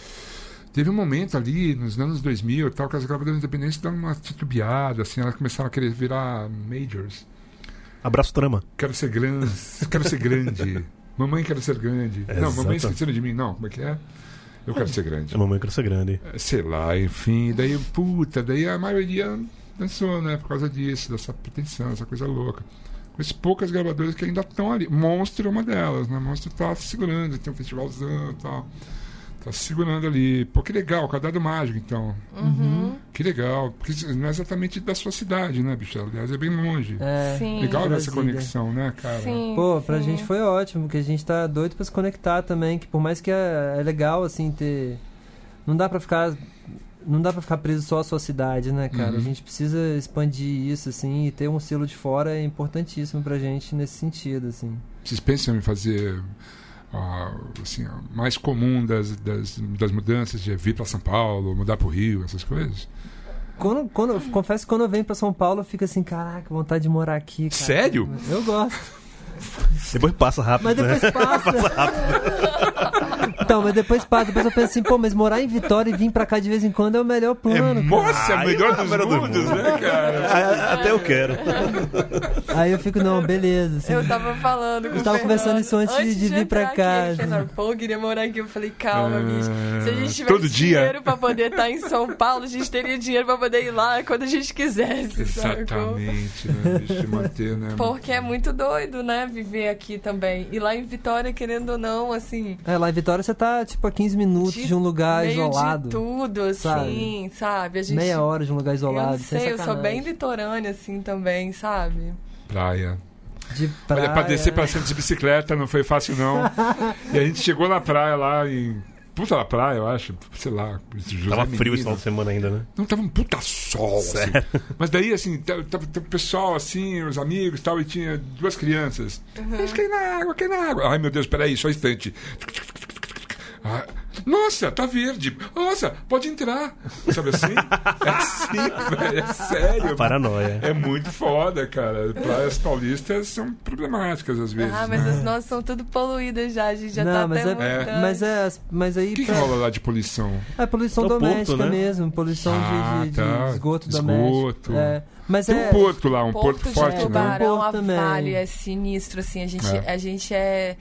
Speaker 1: teve um momento ali, nos anos 2000 e tal, que as gravadoras independentes deram uma titubeada, assim, elas começaram a querer virar majors.
Speaker 2: Abraço trama.
Speaker 1: Quero ser grande, quero ser grande. Mamãe, quero ser grande. Não, mamãe
Speaker 2: Exato.
Speaker 1: esqueceram de mim. Não, como é que é? Eu quero ser grande.
Speaker 2: A mamãe quer ser grande.
Speaker 1: sei lá, enfim, daí, puta, daí a maioria dançou, né, por causa disso, dessa pretensão, essa coisa louca. Com as poucas gravadoras que ainda estão ali. Monstro é uma delas, né? Monstro tá se segurando, tem um festivalzão e tal. Tá se segurando ali. Pô, que legal, cadáver mágico, então.
Speaker 3: Uhum.
Speaker 1: Que legal. Porque isso não é exatamente da sua cidade, né, bicho? Aliás, é bem longe.
Speaker 4: É.
Speaker 3: Sim.
Speaker 1: legal essa
Speaker 4: Brasília.
Speaker 1: conexão, né, cara?
Speaker 3: Sim.
Speaker 4: Pô, pra
Speaker 3: sim.
Speaker 4: gente foi ótimo, que a gente tá doido pra se conectar também, que por mais que é, é legal, assim, ter... Não dá pra ficar... Não dá pra ficar preso só à sua cidade, né, cara?
Speaker 1: Uhum.
Speaker 4: A gente precisa expandir isso, assim, e ter um selo de fora é importantíssimo pra gente nesse sentido, assim.
Speaker 1: Vocês pensam em fazer ah, assim, a mais comum das, das, das mudanças de vir para São Paulo, mudar para o Rio, essas coisas?
Speaker 4: Quando, quando, eu confesso que quando eu venho pra São Paulo, eu fico assim, caraca, vontade de morar aqui, cara.
Speaker 1: Sério?
Speaker 4: Eu gosto.
Speaker 2: Depois passa rápido,
Speaker 4: Mas
Speaker 2: né?
Speaker 4: depois
Speaker 1: É
Speaker 4: passa. então, mas depois passa. Depois eu penso assim, pô, mas morar em Vitória e vir pra cá de vez em quando é o melhor plano. cara.
Speaker 1: Nossa, é
Speaker 2: Ah,
Speaker 1: melhor
Speaker 2: eu-
Speaker 1: dos
Speaker 2: melhor do
Speaker 1: mundos,
Speaker 2: mundo.
Speaker 1: né, cara?
Speaker 2: Ah, Até eu quero.
Speaker 4: É. Aí eu fico, não, beleza. Assim,
Speaker 3: Eu tava falando com
Speaker 4: Eu
Speaker 3: o
Speaker 4: tava
Speaker 3: Fernando.
Speaker 4: conversando isso antes de- de vir
Speaker 3: entrar
Speaker 4: pra
Speaker 3: aqui,
Speaker 4: casa.
Speaker 3: ele falou, Pô, eu queria morar aqui. Eu falei, calma,
Speaker 1: Ah,
Speaker 3: bicho. Se a gente tivesse
Speaker 1: todo dia.
Speaker 3: dinheiro pra poder estar em São Paulo, a gente teria dinheiro pra poder ir lá quando a gente quisesse, sacou?
Speaker 1: Exatamente, né? Bicho, manter, né?
Speaker 3: Porque é muito doido, né, viver aqui também. E lá em Vitória, querendo ou não, assim...
Speaker 4: É, lá em Vitória você tá, tipo, a 15 minutos de, um lugar
Speaker 3: meio
Speaker 4: isolado.
Speaker 3: de tudo, assim, sabe? A gente...
Speaker 4: Meia hora de um lugar
Speaker 3: eu
Speaker 4: isolado.
Speaker 3: não sei,
Speaker 4: sem
Speaker 3: eu sou bem
Speaker 4: sacanagem.
Speaker 3: litorânea, assim, também, sabe?
Speaker 1: Praia.
Speaker 4: De praia.
Speaker 1: Olha,
Speaker 4: né?
Speaker 1: é pra descer pra cima de bicicleta não foi fácil, não. e a gente chegou na praia lá em. Puta na praia, eu acho. Sei lá. José
Speaker 2: Tava frio
Speaker 1: Menino.
Speaker 2: esse final de semana ainda, né?
Speaker 1: Não, tava um puta sol, assim. Mas daí, assim, tava, tava- tava o pessoal, assim, os amigos e tal, e tinha duas crianças. A gente caiu na água, caiu na água. Ai, meu Deus, peraí, só um instante. Ah, nossa, tá verde. Nossa, pode entrar. Sabe assim? É assim, velho, é sério.
Speaker 2: Paranoia.
Speaker 1: É muito foda, cara. Praias paulistas são problemáticas às vezes.
Speaker 3: Ah, mas
Speaker 1: né?
Speaker 3: as nossas são tudo poluídas já, a gente já
Speaker 4: não,
Speaker 3: tá
Speaker 4: mas
Speaker 3: até
Speaker 4: é,
Speaker 3: mudando.
Speaker 4: mas é. as- Mas aí.
Speaker 1: O que, que
Speaker 4: pra-
Speaker 1: rola lá de poluição?
Speaker 4: É poluição
Speaker 2: É o ponto,
Speaker 4: doméstica
Speaker 2: né?
Speaker 4: mesmo, poluição de-
Speaker 1: Ah,
Speaker 4: de, de
Speaker 1: tá. Esgoto.
Speaker 4: esgoto, doméstico. É. Mas
Speaker 1: Tem
Speaker 4: é.
Speaker 1: um porto lá, um porto,
Speaker 3: Porto
Speaker 1: forte,
Speaker 3: de
Speaker 1: né?
Speaker 3: Tubarão,
Speaker 4: Porto
Speaker 3: a
Speaker 4: também.
Speaker 3: Vale é sinistro, assim. A gente
Speaker 1: É.
Speaker 3: é, a gente é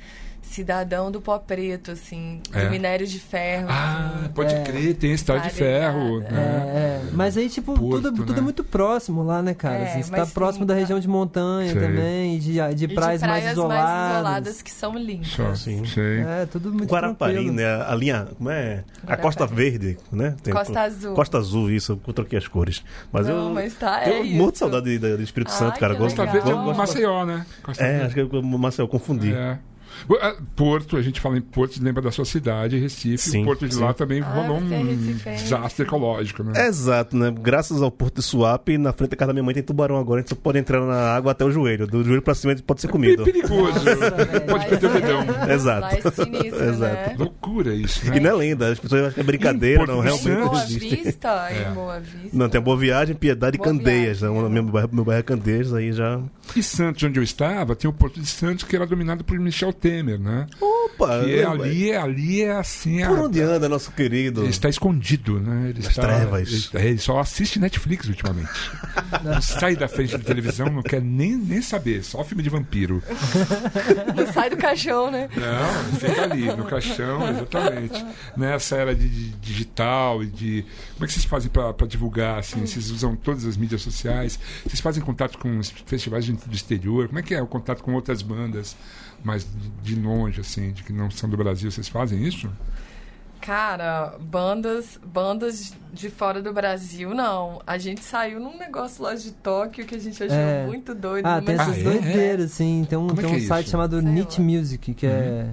Speaker 3: cidadão do pó preto, assim,
Speaker 1: É.
Speaker 3: do minério de ferro. assim.
Speaker 1: Ah, pode
Speaker 4: É.
Speaker 1: crer, tem estrada de
Speaker 3: Tá
Speaker 1: ferro.
Speaker 3: ligado,
Speaker 1: Né?
Speaker 4: É, é. Mas aí, tipo,
Speaker 1: Porto,
Speaker 4: tudo, tudo
Speaker 1: né?
Speaker 4: é muito próximo lá, né, cara?
Speaker 3: É,
Speaker 4: Assim, você tá
Speaker 3: mas
Speaker 4: próximo
Speaker 3: sim,
Speaker 4: da
Speaker 3: tá.
Speaker 4: região de montanha
Speaker 1: Sei.
Speaker 4: também, e de, de
Speaker 3: E de
Speaker 4: praias, mais, isoladas.
Speaker 3: isoladas que são lindas.
Speaker 1: Só,
Speaker 2: Sim.
Speaker 1: sei.
Speaker 4: É, tudo muito
Speaker 2: Guarapari,
Speaker 4: tranquilo.
Speaker 2: né? A linha. Como é? A
Speaker 3: Guarapari.
Speaker 2: Costa Verde, né? Tem-
Speaker 3: Costa Azul.
Speaker 2: Costa Azul, isso. Eu troquei as cores. Mas
Speaker 3: Não,
Speaker 2: eu.
Speaker 3: mas tá, é
Speaker 2: eu morro um de
Speaker 3: isso.
Speaker 2: saudade de- de- do Espírito
Speaker 3: Ai,
Speaker 2: Santo, cara.
Speaker 3: que
Speaker 2: Gosto,
Speaker 1: Costa Verde é
Speaker 3: Legal.
Speaker 1: um
Speaker 2: gosto-
Speaker 1: Maceió, né? Costa
Speaker 2: É,
Speaker 1: Verde.
Speaker 2: acho que eu, Marcel, eu confundi.
Speaker 1: É. Bo- ah, Porto, a gente fala em Porto, lembra da sua cidade, Recife.
Speaker 2: Sim,
Speaker 1: o Porto de
Speaker 2: sim.
Speaker 1: lá também
Speaker 3: Ah,
Speaker 1: rolou
Speaker 3: você é
Speaker 1: um
Speaker 3: recifense.
Speaker 1: desastre ecológico, né?
Speaker 2: Exato, né? Graças ao Porto de Suape, na frente da casa da minha mãe tem tubarão agora. A gente só pode entrar na água até o joelho. Do joelho pra cima a gente pode ser
Speaker 1: Pe-
Speaker 2: comido.
Speaker 1: É perigoso.
Speaker 3: velho. é.
Speaker 1: pode perder o dedão.
Speaker 3: Lá
Speaker 2: Exato.
Speaker 3: é sinistro, né?
Speaker 2: Exato.
Speaker 1: Loucura isso, né?
Speaker 2: E não é lenda, as pessoas acham que é brincadeira,
Speaker 1: Em
Speaker 2: não,
Speaker 1: Porto do
Speaker 2: realmente não
Speaker 3: Boa
Speaker 2: existe.
Speaker 3: Vista,
Speaker 1: É.
Speaker 3: em Boa Vista.
Speaker 2: Não, tem a Boa Viagem, Piedade e
Speaker 3: Boa
Speaker 2: Candeias.
Speaker 3: Viagem,
Speaker 2: né?
Speaker 3: é.
Speaker 2: Meu, bairro, meu bairro é Candeias, aí já.
Speaker 1: E Santos, onde eu estava, tem o Porto de Santos que era dominado por Michel Temer, né?
Speaker 2: Opa!
Speaker 1: E é ali, é ali é assim. a-
Speaker 2: Ah, Por onde anda nosso querido?
Speaker 1: Ele está escondido, né? Ele está,
Speaker 2: trevas.
Speaker 1: Ele, está- ele só assiste Netflix ultimamente. não sai da frente da televisão, não quer nem, nem saber. Só filme de vampiro.
Speaker 3: Não sai do caixão, né?
Speaker 1: Não, fica ali, no caixão, exatamente. Nessa era de, de digital e de. Como é que vocês fazem pra pra divulgar? Assim? Vocês usam todas as mídias sociais? Vocês fazem contato com os festivais de- do exterior? Como é que é o contato com outras bandas? Mas de de longe, assim, de que não são do Brasil, vocês fazem isso?
Speaker 3: Cara, bandas, bandas de fora do Brasil, não. A gente saiu num negócio lá de Tóquio que a gente achou
Speaker 4: É.
Speaker 3: muito doido.
Speaker 4: Ah,
Speaker 3: numa
Speaker 4: tem essas
Speaker 1: Ah, é?
Speaker 4: doideiras, assim. Tem um,
Speaker 1: Como é
Speaker 4: tem
Speaker 1: que
Speaker 4: um
Speaker 1: é isso? Uhum.
Speaker 4: site chamado
Speaker 3: Sei
Speaker 4: Nit
Speaker 3: lá.
Speaker 4: Music, que é.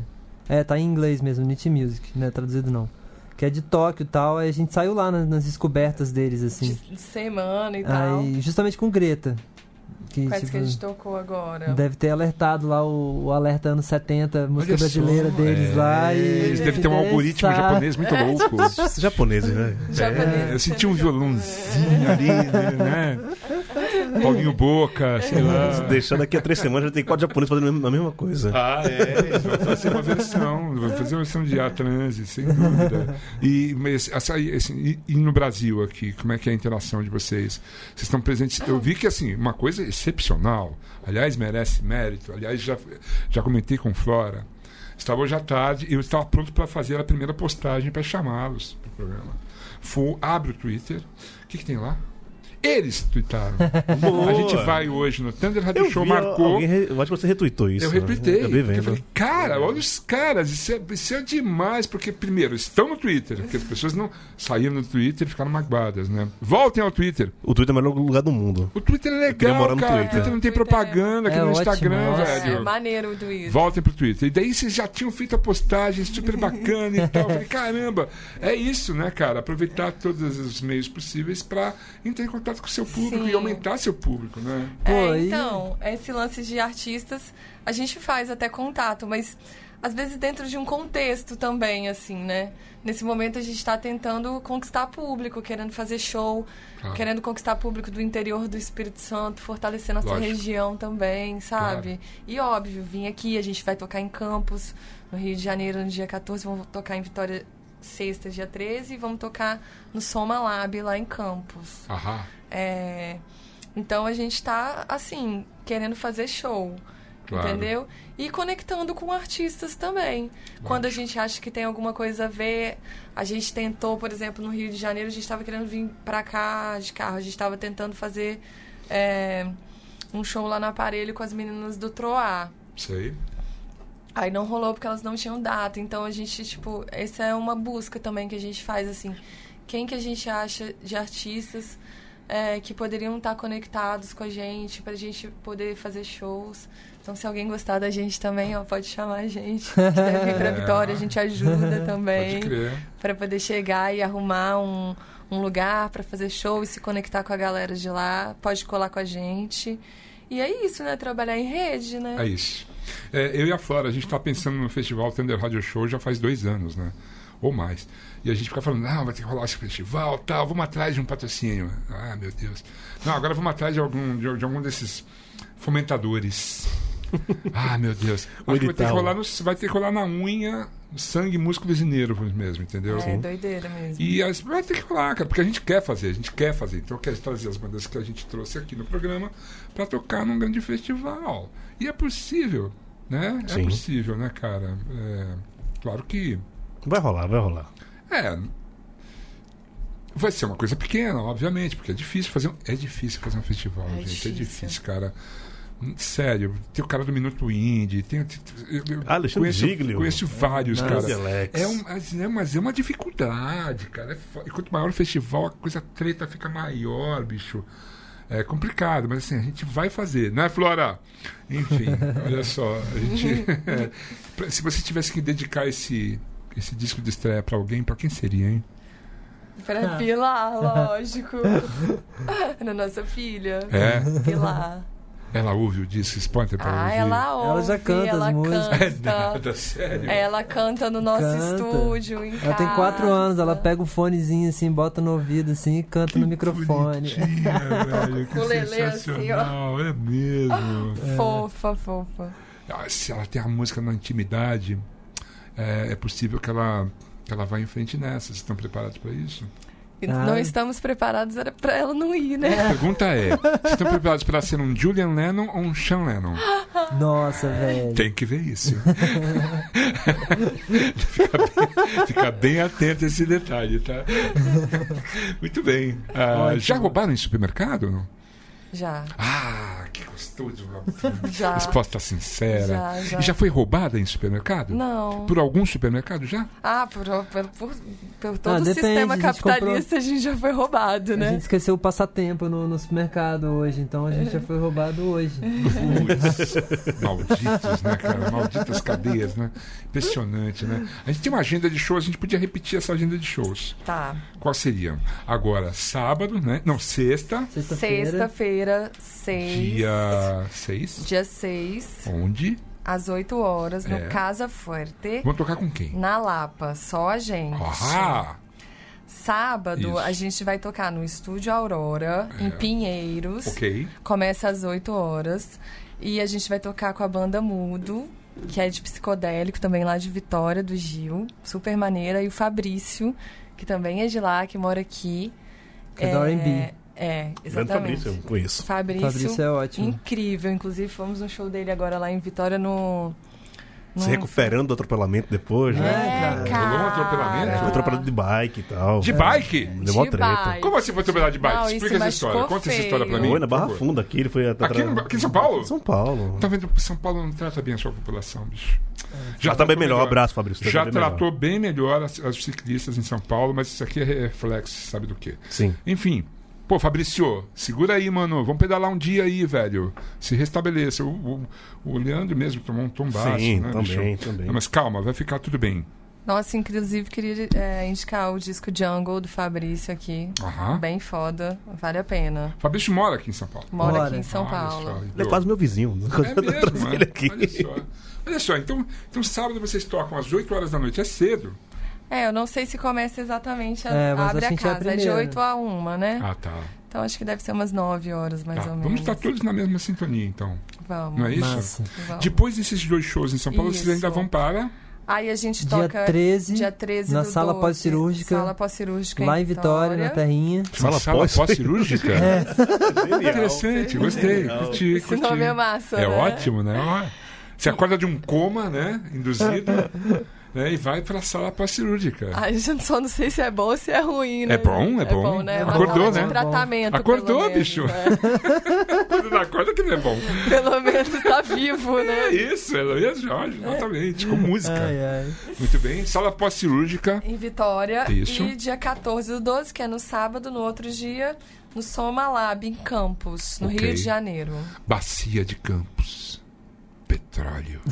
Speaker 4: É, tá em inglês mesmo, Nit Music, não é traduzido não. que é de Tóquio e tal. Aí a gente saiu lá na- nas descobertas deles, assim.
Speaker 3: De semana e tal.
Speaker 4: Aí, justamente com Greta. Que,
Speaker 3: Quais
Speaker 4: tipo,
Speaker 3: que a gente tocou agora?
Speaker 4: Deve ter alertado lá o, o alerta anos 70, música
Speaker 1: Olha só,
Speaker 4: brasileira deles
Speaker 1: é.
Speaker 4: lá. E
Speaker 1: Eles devem ter um algoritmo
Speaker 4: Interessar.
Speaker 1: japonês muito louco.
Speaker 2: Japoneses, né?
Speaker 3: Japonês.
Speaker 1: É, eu senti um violãozinho ali, né? Paulinho Boca, sei
Speaker 2: Se
Speaker 1: lá.
Speaker 2: deixar daqui a três semanas, já tem quatro japoneses fazendo a mesma- a mesma coisa.
Speaker 1: Ah, é. eles vão fazer uma versão, vão fazer uma versão de A transe, sem dúvida. E, mas, essa, aí, assim, e, e no Brasil aqui, como é que é a interação de vocês? Vocês estão presentes. Eu vi que assim, uma coisa excepcional. Aliás, merece mérito. Aliás, já, já comentei com Flora. Estava hoje à tarde e eu estava pronto para fazer a primeira postagem para chamá-los para o programa. Fui, abre o Twitter. O que, que tem lá? Eles tweetaram. A gente vai hoje no Thunder Radio Show,
Speaker 2: vi,
Speaker 1: marcou.
Speaker 2: alguém re- eu acho que você retweetou isso.
Speaker 1: Eu
Speaker 2: né?
Speaker 1: retuitei.
Speaker 2: Eu vi
Speaker 1: porque Eu
Speaker 2: vendo.
Speaker 1: falei, cara, olha os caras, isso é, isso é demais, porque, primeiro, estão no Twitter, porque as pessoas não saíram do Twitter e ficaram magoadas, né? Voltem ao Twitter.
Speaker 2: O Twitter é o melhor lugar do mundo.
Speaker 1: O Twitter é legal,
Speaker 2: queria morar no
Speaker 1: cara.
Speaker 2: Twitter.
Speaker 1: O Twitter não tem
Speaker 3: Twitter é-
Speaker 1: propaganda aqui
Speaker 4: É
Speaker 1: no
Speaker 4: ótimo,
Speaker 1: Instagram,
Speaker 4: nossa.
Speaker 3: É,
Speaker 1: velho.
Speaker 3: maneiro do isso.
Speaker 1: Voltem pro Twitter. E daí vocês já tinham feito a postagem super bacana e tal. Eu falei, caramba, é isso, né, cara? Aproveitar todos os meios possíveis pra entrar em contato com o seu público
Speaker 3: Sim.
Speaker 1: e aumentar seu público, né?
Speaker 4: Pô,
Speaker 3: É,
Speaker 4: aí-
Speaker 3: então, esse lance de artistas, a gente faz até contato, mas às vezes dentro de um contexto também, assim, né? Nesse momento a gente está tentando conquistar público, querendo fazer show,
Speaker 4: Tá.
Speaker 1: Claro.
Speaker 3: querendo conquistar público do interior do Espírito Santo, fortalecer nossa
Speaker 1: Lógico.
Speaker 3: região também, sabe? E óbvio, vim aqui, a gente vai tocar em Campos, no Rio de Janeiro, no dia 14, vamos tocar em Vitória sexta, dia 13, e vamos tocar no Soma Lab lá em Campos.
Speaker 1: Aham.
Speaker 3: É, Então a gente tá, assim, querendo fazer show.
Speaker 1: Claro.
Speaker 3: Entendeu? E conectando com artistas também. Quando a gente acha que tem alguma coisa a ver, a gente tentou, por exemplo, no Rio de Janeiro, a gente estava querendo vir pra cá de carro, a gente estava tentando fazer é, um show lá no aparelho com as meninas do Troar.
Speaker 1: Isso aí.
Speaker 3: Aí não rolou porque elas não tinham data. Então a gente, tipo, essa é uma busca também que a gente faz, assim. Quem que a gente acha de artistas é, que poderiam estar conectados com a gente, pra gente poder fazer shows. Então se alguém gostar da gente também, ó, pode chamar a gente. Se quiser vir pra
Speaker 1: É.
Speaker 3: Vitória, a gente ajuda
Speaker 1: Pode
Speaker 3: também.
Speaker 1: crer.
Speaker 3: Pra poder chegar e arrumar um, um lugar pra fazer show e se conectar com a galera de lá. Pode colar com a gente. E é isso, né? Trabalhar em rede, né?
Speaker 1: É isso. É, eu e a Flora, a gente está pensando no festival Thunder Radio Show já faz dois anos, né? Ou mais. E a gente fica falando, não, vai ter que rolar esse festival, tal, vamos atrás de um patrocínio. Ah, meu Deus. Não, agora vamos atrás de algum, de, de algum desses fomentadores. ah, meu Deus. Acho que vai ter que,
Speaker 2: edital.
Speaker 1: rolar no- vai ter que rolar na unha sangue, músculo e zineiro mesmo, entendeu?
Speaker 3: É doideira mesmo.
Speaker 1: E as, vai ter que rolar, cara, porque a gente quer fazer, a gente quer fazer. Então eu quero trazer as bandas que a gente trouxe aqui no programa pra tocar num grande festival. E é possível, né? É
Speaker 2: Sim.
Speaker 1: possível, né, cara? É, claro que.
Speaker 2: Vai rolar, vai rolar.
Speaker 1: É. Vai ser uma coisa pequena, obviamente, porque é difícil fazer um, é difícil fazer um festival,
Speaker 3: É
Speaker 1: gente. É
Speaker 3: difícil.
Speaker 1: difícil, cara. Sério, tem o cara do Minuto Indie, tem. tem- Eu, eu
Speaker 2: Alexandre
Speaker 1: conheço,
Speaker 2: Giglio.
Speaker 1: conheço vários, cara.
Speaker 2: Alex.
Speaker 1: É um, mas, é, mas é uma dificuldade, cara. É fo- e quanto maior o festival, a coisa treta fica maior, bicho. É complicado, mas assim, a gente vai fazer, né, Flora? Enfim, olha só. A gente, é, Pra- se você tivesse que dedicar esse, esse disco de estreia pra alguém, pra quem seria, hein?
Speaker 4: Ah.
Speaker 3: Pra Pilar, lógico. Na nossa filha.
Speaker 1: É?
Speaker 4: Uhum.
Speaker 3: Pilar.
Speaker 1: Ela ouve o disco, Spoiler pra
Speaker 3: Ah,
Speaker 1: ouvir.
Speaker 3: ela ouve.
Speaker 4: Ela já canta as
Speaker 3: ela
Speaker 4: músicas.
Speaker 1: É
Speaker 3: canta. É,
Speaker 1: nada, sério.
Speaker 3: Ela canta no nosso
Speaker 4: Canta.
Speaker 3: estúdio. Em
Speaker 4: Ela tem quatro
Speaker 3: casa.
Speaker 4: anos, ela pega o fonezinho assim, bota no ouvido assim e canta no microfone.
Speaker 1: Bonitinha, velho, que
Speaker 3: O Lelê, assim, ó.
Speaker 1: sensacional, é mesmo.
Speaker 4: É.
Speaker 3: Fofa, fofa.
Speaker 1: Ah, se ela tem a música na intimidade, é, é possível que ela, que ela vá em frente nessa. Vocês estão preparados para isso?
Speaker 3: E
Speaker 4: Ah.
Speaker 3: Não estamos preparados era pra ela não ir, né?
Speaker 1: A pergunta é: vocês estão preparados para ser um Julian Lennon ou um Sean Lennon?
Speaker 4: Nossa, velho.
Speaker 1: Tem que ver isso. fica, bem, fica bem atento a esse detalhe, tá? Muito bem. Ah,
Speaker 4: Ótimo.
Speaker 1: já roubaram em supermercado?
Speaker 4: É.
Speaker 3: Já.
Speaker 1: Ah, que gostoso.
Speaker 3: Já.
Speaker 1: Resposta sincera.
Speaker 3: Já, já.
Speaker 1: E já foi roubada em supermercado?
Speaker 3: Não.
Speaker 1: Por algum supermercado já?
Speaker 3: Ah, por, por, por- por todo
Speaker 4: Ah,
Speaker 3: o
Speaker 4: depende,
Speaker 3: sistema
Speaker 4: a gente
Speaker 3: capitalista a gente já foi roubado,
Speaker 4: A
Speaker 3: né?
Speaker 4: gente esqueceu o passatempo no, no supermercado hoje, então a gente já foi roubado hoje.
Speaker 1: Putz, malditos, né, cara? Malditas cadeias, né? Impressionante, né? A gente tem uma agenda de shows, a gente podia repetir essa agenda de shows.
Speaker 3: Tá.
Speaker 1: Qual seriam? Agora, sábado, né? Não, sexta,
Speaker 4: Sexta-feira.
Speaker 3: Sexta-feira, 6.
Speaker 1: dia 6.
Speaker 3: Dia 6,
Speaker 1: Onde?
Speaker 3: às 8 horas,
Speaker 1: É.
Speaker 3: no Casa Fuerte,
Speaker 1: Vamos tocar com quem?
Speaker 3: na Lapa. Só a gente.
Speaker 1: Ah!
Speaker 3: Sábado,
Speaker 1: Isso. É.
Speaker 3: a gente vai tocar no Estúdio Aurora, em Pinheiros.
Speaker 1: Ok.
Speaker 3: Começa às 8 horas. E a gente vai tocar com a banda Mudo, que é de psicodélico, também lá de Vitória, do Gil. Super maneira. E o Fabrício, que também é de lá, que mora aqui.
Speaker 4: Que é do R&B.
Speaker 3: É,
Speaker 2: Grande
Speaker 3: exatamente.
Speaker 2: Fabrício, eu conheço.
Speaker 3: Fabrício,
Speaker 4: Fabrício é ótimo.
Speaker 3: incrível. Inclusive, fomos no show dele agora lá em Vitória no...
Speaker 2: Se recuperando do atropelamento depois, né?
Speaker 3: É, cara.
Speaker 1: Rolou um atropelamento?
Speaker 2: É, foi atropelado de bike e tal.
Speaker 1: De
Speaker 2: É.
Speaker 1: bike?
Speaker 2: Deu uma
Speaker 3: De
Speaker 2: treta.
Speaker 3: bike.
Speaker 1: Como assim foi trabalhar de bike?
Speaker 3: Não,
Speaker 1: Explica
Speaker 3: isso é
Speaker 1: essa
Speaker 3: machucou
Speaker 1: história. Conta essa
Speaker 3: feio.
Speaker 1: história pra mim.
Speaker 2: Foi na Barra
Speaker 1: por favor.
Speaker 2: Funda aqui, ele foi até
Speaker 1: Aqui, no- aqui em São Paulo?
Speaker 2: São Paulo.
Speaker 1: Tá vendo? São Paulo não trata bem a sua população, bicho.
Speaker 2: Já tá
Speaker 1: tratou
Speaker 2: bem melhor. Um abraço, Fabrício.
Speaker 1: Já
Speaker 2: Tá bem
Speaker 1: tratou bem melhor as, as ciclistas em São Paulo, mas isso aqui é reflexo, sabe do quê?
Speaker 2: Sim.
Speaker 1: Enfim. Pô, Fabrício, segura aí, mano. Vamos pedalar um dia aí, velho. Se restabeleça. O, o, o Leandro mesmo tomou um tombaço,
Speaker 2: Sim,
Speaker 1: né, bicho?
Speaker 2: também, também.
Speaker 1: Mas calma, vai ficar tudo bem.
Speaker 3: Nossa, inclusive queria é, indicar o disco Jungle do Fabrício aqui.
Speaker 1: Aham.
Speaker 3: Bem foda, vale a pena.
Speaker 1: Fabrício mora aqui em São Paulo.
Speaker 3: Mora
Speaker 4: Bora.
Speaker 3: aqui em São
Speaker 1: Olha só,
Speaker 3: Paulo.
Speaker 1: idô.
Speaker 2: Ele é quase meu vizinho.
Speaker 1: É mesmo,
Speaker 2: Trazer ele
Speaker 1: é.
Speaker 2: aqui.
Speaker 1: Olha só. Olha só, então, então sábado vocês tocam às 8 horas da noite, é cedo.
Speaker 3: É, eu não sei se começa exatamente, a,
Speaker 4: É, mas
Speaker 3: abre
Speaker 4: acho
Speaker 3: a
Speaker 4: que a gente é a
Speaker 3: casa. É de
Speaker 4: primeira.
Speaker 3: 8 a 1, né?
Speaker 1: Ah, tá.
Speaker 3: Então acho que deve ser umas 9 horas, mais
Speaker 1: Tá,
Speaker 3: ou
Speaker 1: Vamos
Speaker 3: menos.
Speaker 1: estar todos na mesma sintonia, então.
Speaker 3: Vamos.
Speaker 1: Não é isso?
Speaker 4: Massa.
Speaker 3: vamos.
Speaker 1: Depois desses dois shows em São Paulo, vocês
Speaker 3: Isso.
Speaker 1: ainda vão para.
Speaker 3: Aí a gente
Speaker 4: Dia
Speaker 3: toca
Speaker 4: 13,
Speaker 3: dia 13
Speaker 4: na
Speaker 3: do
Speaker 4: sala
Speaker 3: 12,
Speaker 4: pós-cirúrgica,
Speaker 3: Sala pós-cirúrgica.
Speaker 4: Lá em Vitória, na Terrinha.
Speaker 2: Sala
Speaker 1: Sala
Speaker 2: pós-
Speaker 1: pós-cirúrgica? é. Interessante, gostei.
Speaker 2: Genial.
Speaker 1: Curti,
Speaker 3: Esse
Speaker 1: curti.
Speaker 3: nome é massa.
Speaker 1: É
Speaker 3: né?
Speaker 1: ótimo, né? Ó, Você acorda de um coma, né? Induzido. né? E vai para a sala pós-cirúrgica.
Speaker 3: Ai, gente só não sei se é bom ou se é ruim, né?
Speaker 1: É bom, é bom.
Speaker 3: né? É uma
Speaker 1: Acordou,
Speaker 3: sala de
Speaker 1: né?
Speaker 3: tratamento,
Speaker 1: Acordou,
Speaker 3: pelo menos,
Speaker 1: bicho.
Speaker 3: né?
Speaker 1: Quando acorda que não é bom.
Speaker 3: Pelo menos tá vivo,
Speaker 1: É
Speaker 3: né?
Speaker 1: isso, Heloísa Jorge, exatamente,
Speaker 3: Ah,
Speaker 1: com música.
Speaker 3: é.
Speaker 4: Ai, ai.
Speaker 1: Muito bem, sala pós-cirúrgica.
Speaker 3: Em Vitória.
Speaker 1: Isso.
Speaker 3: E dia 14 do 12, que é no sábado, no outro dia, no Soma Lab, em Campos, no
Speaker 1: Ok.
Speaker 3: Rio de Janeiro.
Speaker 1: Bacia de Campos. Petróleo.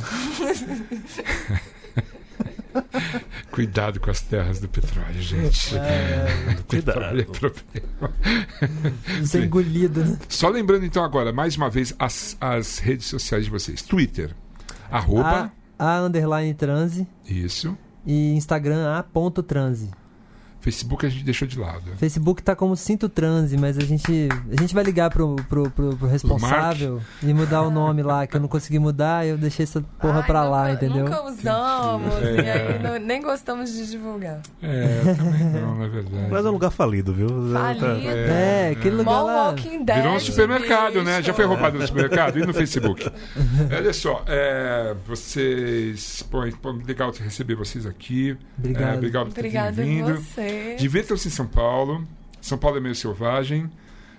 Speaker 1: Cuidado com as terras do petróleo, gente. O petróleo é problema.
Speaker 4: Ser engolido, né?
Speaker 1: Só lembrando então agora, mais uma vez, as, as redes sociais de vocês. Twitter, arroba,
Speaker 4: A, a underline transe
Speaker 1: isso.
Speaker 4: e Instagram a ponto transe.
Speaker 1: Facebook a gente deixou de lado.
Speaker 4: Facebook tá como Cinto Transe, mas a gente, a gente vai ligar pro, pro, pro, pro responsável e mudar o nome lá, que eu não consegui mudar, eu deixei essa porra
Speaker 3: Ai,
Speaker 4: pra
Speaker 3: nunca-
Speaker 4: lá, entendeu?
Speaker 3: Nunca usamos,
Speaker 1: Entendi.
Speaker 3: e aí não- nem gostamos de divulgar.
Speaker 1: É, também não, na verdade.
Speaker 2: Mas é um lugar falido, viu?
Speaker 3: Falido.
Speaker 2: Tá-
Speaker 4: É, aquele lugar
Speaker 3: Mó
Speaker 4: lá.
Speaker 3: Walking Dead.
Speaker 1: Virou um supermercado, né?
Speaker 3: bicho.
Speaker 1: Já foi roubado no supermercado e no Facebook. Olha só, é, vocês. Pô, é legal te receber vocês aqui.
Speaker 4: Obrigado.
Speaker 1: É, obrigado por terem
Speaker 3: Obrigada a
Speaker 1: vindo.
Speaker 3: você.
Speaker 1: Divirtam-se em São Paulo. São Paulo é meio selvagem.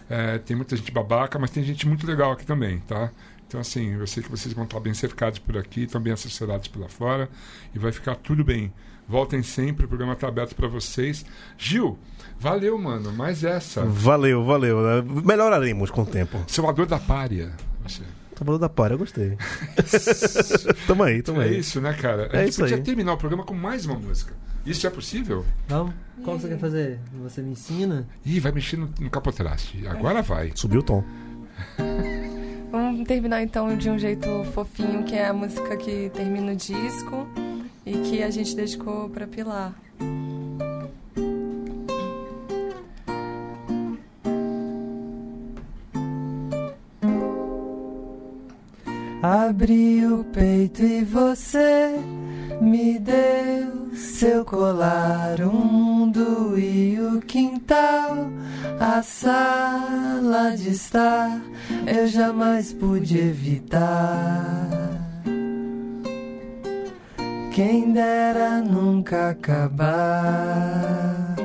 Speaker 1: É, tem muita gente babaca, mas tem gente muito legal aqui também, tá? Então, assim, eu sei que vocês vão estar bem cercados por aqui, estão bem assessorados por lá fora e vai ficar tudo bem. Voltem sempre, o programa está aberto para vocês. Gil, valeu, mano. Mais essa.
Speaker 2: Hum. Valeu, valeu. né? Melhoraremos com o tempo.
Speaker 1: Salvador da Pária. Você.
Speaker 2: Tá falando da para, eu gostei. tamo aí, tamo
Speaker 1: É
Speaker 2: aí.
Speaker 1: isso, né, cara? A
Speaker 2: É
Speaker 1: gente
Speaker 2: isso
Speaker 1: podia
Speaker 2: aí.
Speaker 1: terminar o programa com mais uma música. Isso é possível?
Speaker 4: Vamos? Como você quer fazer? Você me ensina?
Speaker 1: Ih, vai mexer no, no
Speaker 2: É.
Speaker 1: capotraste. Agora vai.
Speaker 2: Subiu o tom.
Speaker 3: Vamos terminar então de um jeito fofinho, que é a música que termina o disco e que a gente dedicou pra Pilar.
Speaker 4: Abri o peito e você me deu seu colar, o mundo e o quintal, a sala de estar, eu jamais pude evitar. Quem dera nunca acabar.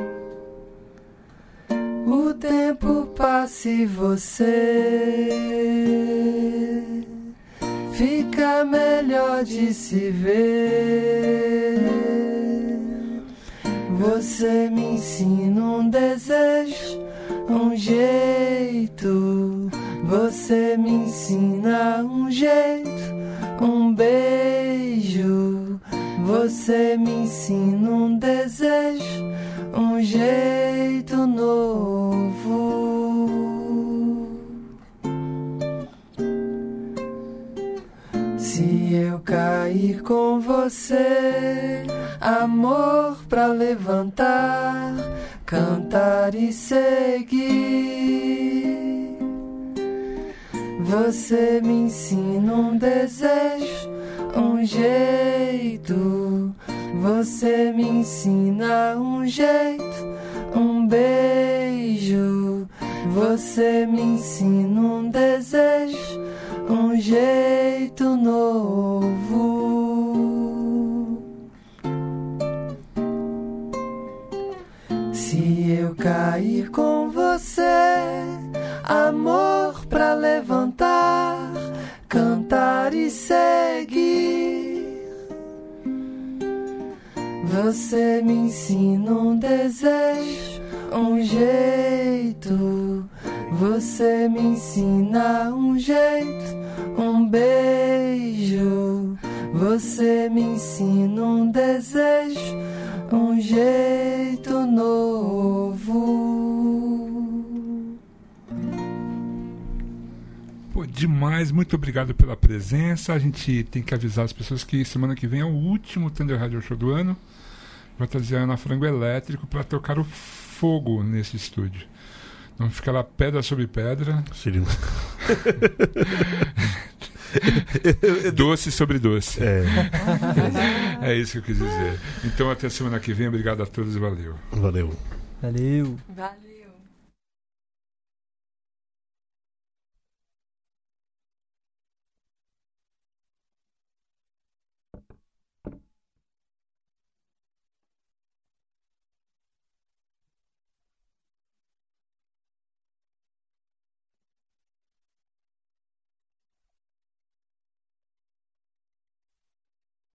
Speaker 3: o tempo passa e você fica melhor de se ver. Você me ensina um desejo, um jeito. Você me ensina um jeito, um beijo. Você me ensina um desejo, um jeito novo. Se eu cair com você, amor pra levantar, cantar e seguir. Você me ensina um desejo, um jeito. Você me ensina um jeito, um beijo. Você me ensina um desejo, um jeito novo. Se eu cair com você, amor pra levantar, cantar e seguir. Você me ensina um desejo, um jeito. Você me ensina um jeito, um beijo. Você me ensina um desejo, um jeito novo.
Speaker 1: Pô, demais, muito obrigado pela presença. A gente tem que avisar as pessoas que semana que vem é o último Thunder Radio Show do ano. Vai trazer a Ana Frango Elétrico para tocar o fogo nesse estúdio. Não fica lá pedra sobre pedra,
Speaker 2: Seria...
Speaker 1: doce sobre doce.
Speaker 2: É,
Speaker 1: É isso que eu quis dizer. Então até semana que vem, obrigado a todos e valeu.
Speaker 2: valeu.
Speaker 3: Valeu.
Speaker 6: Valeu.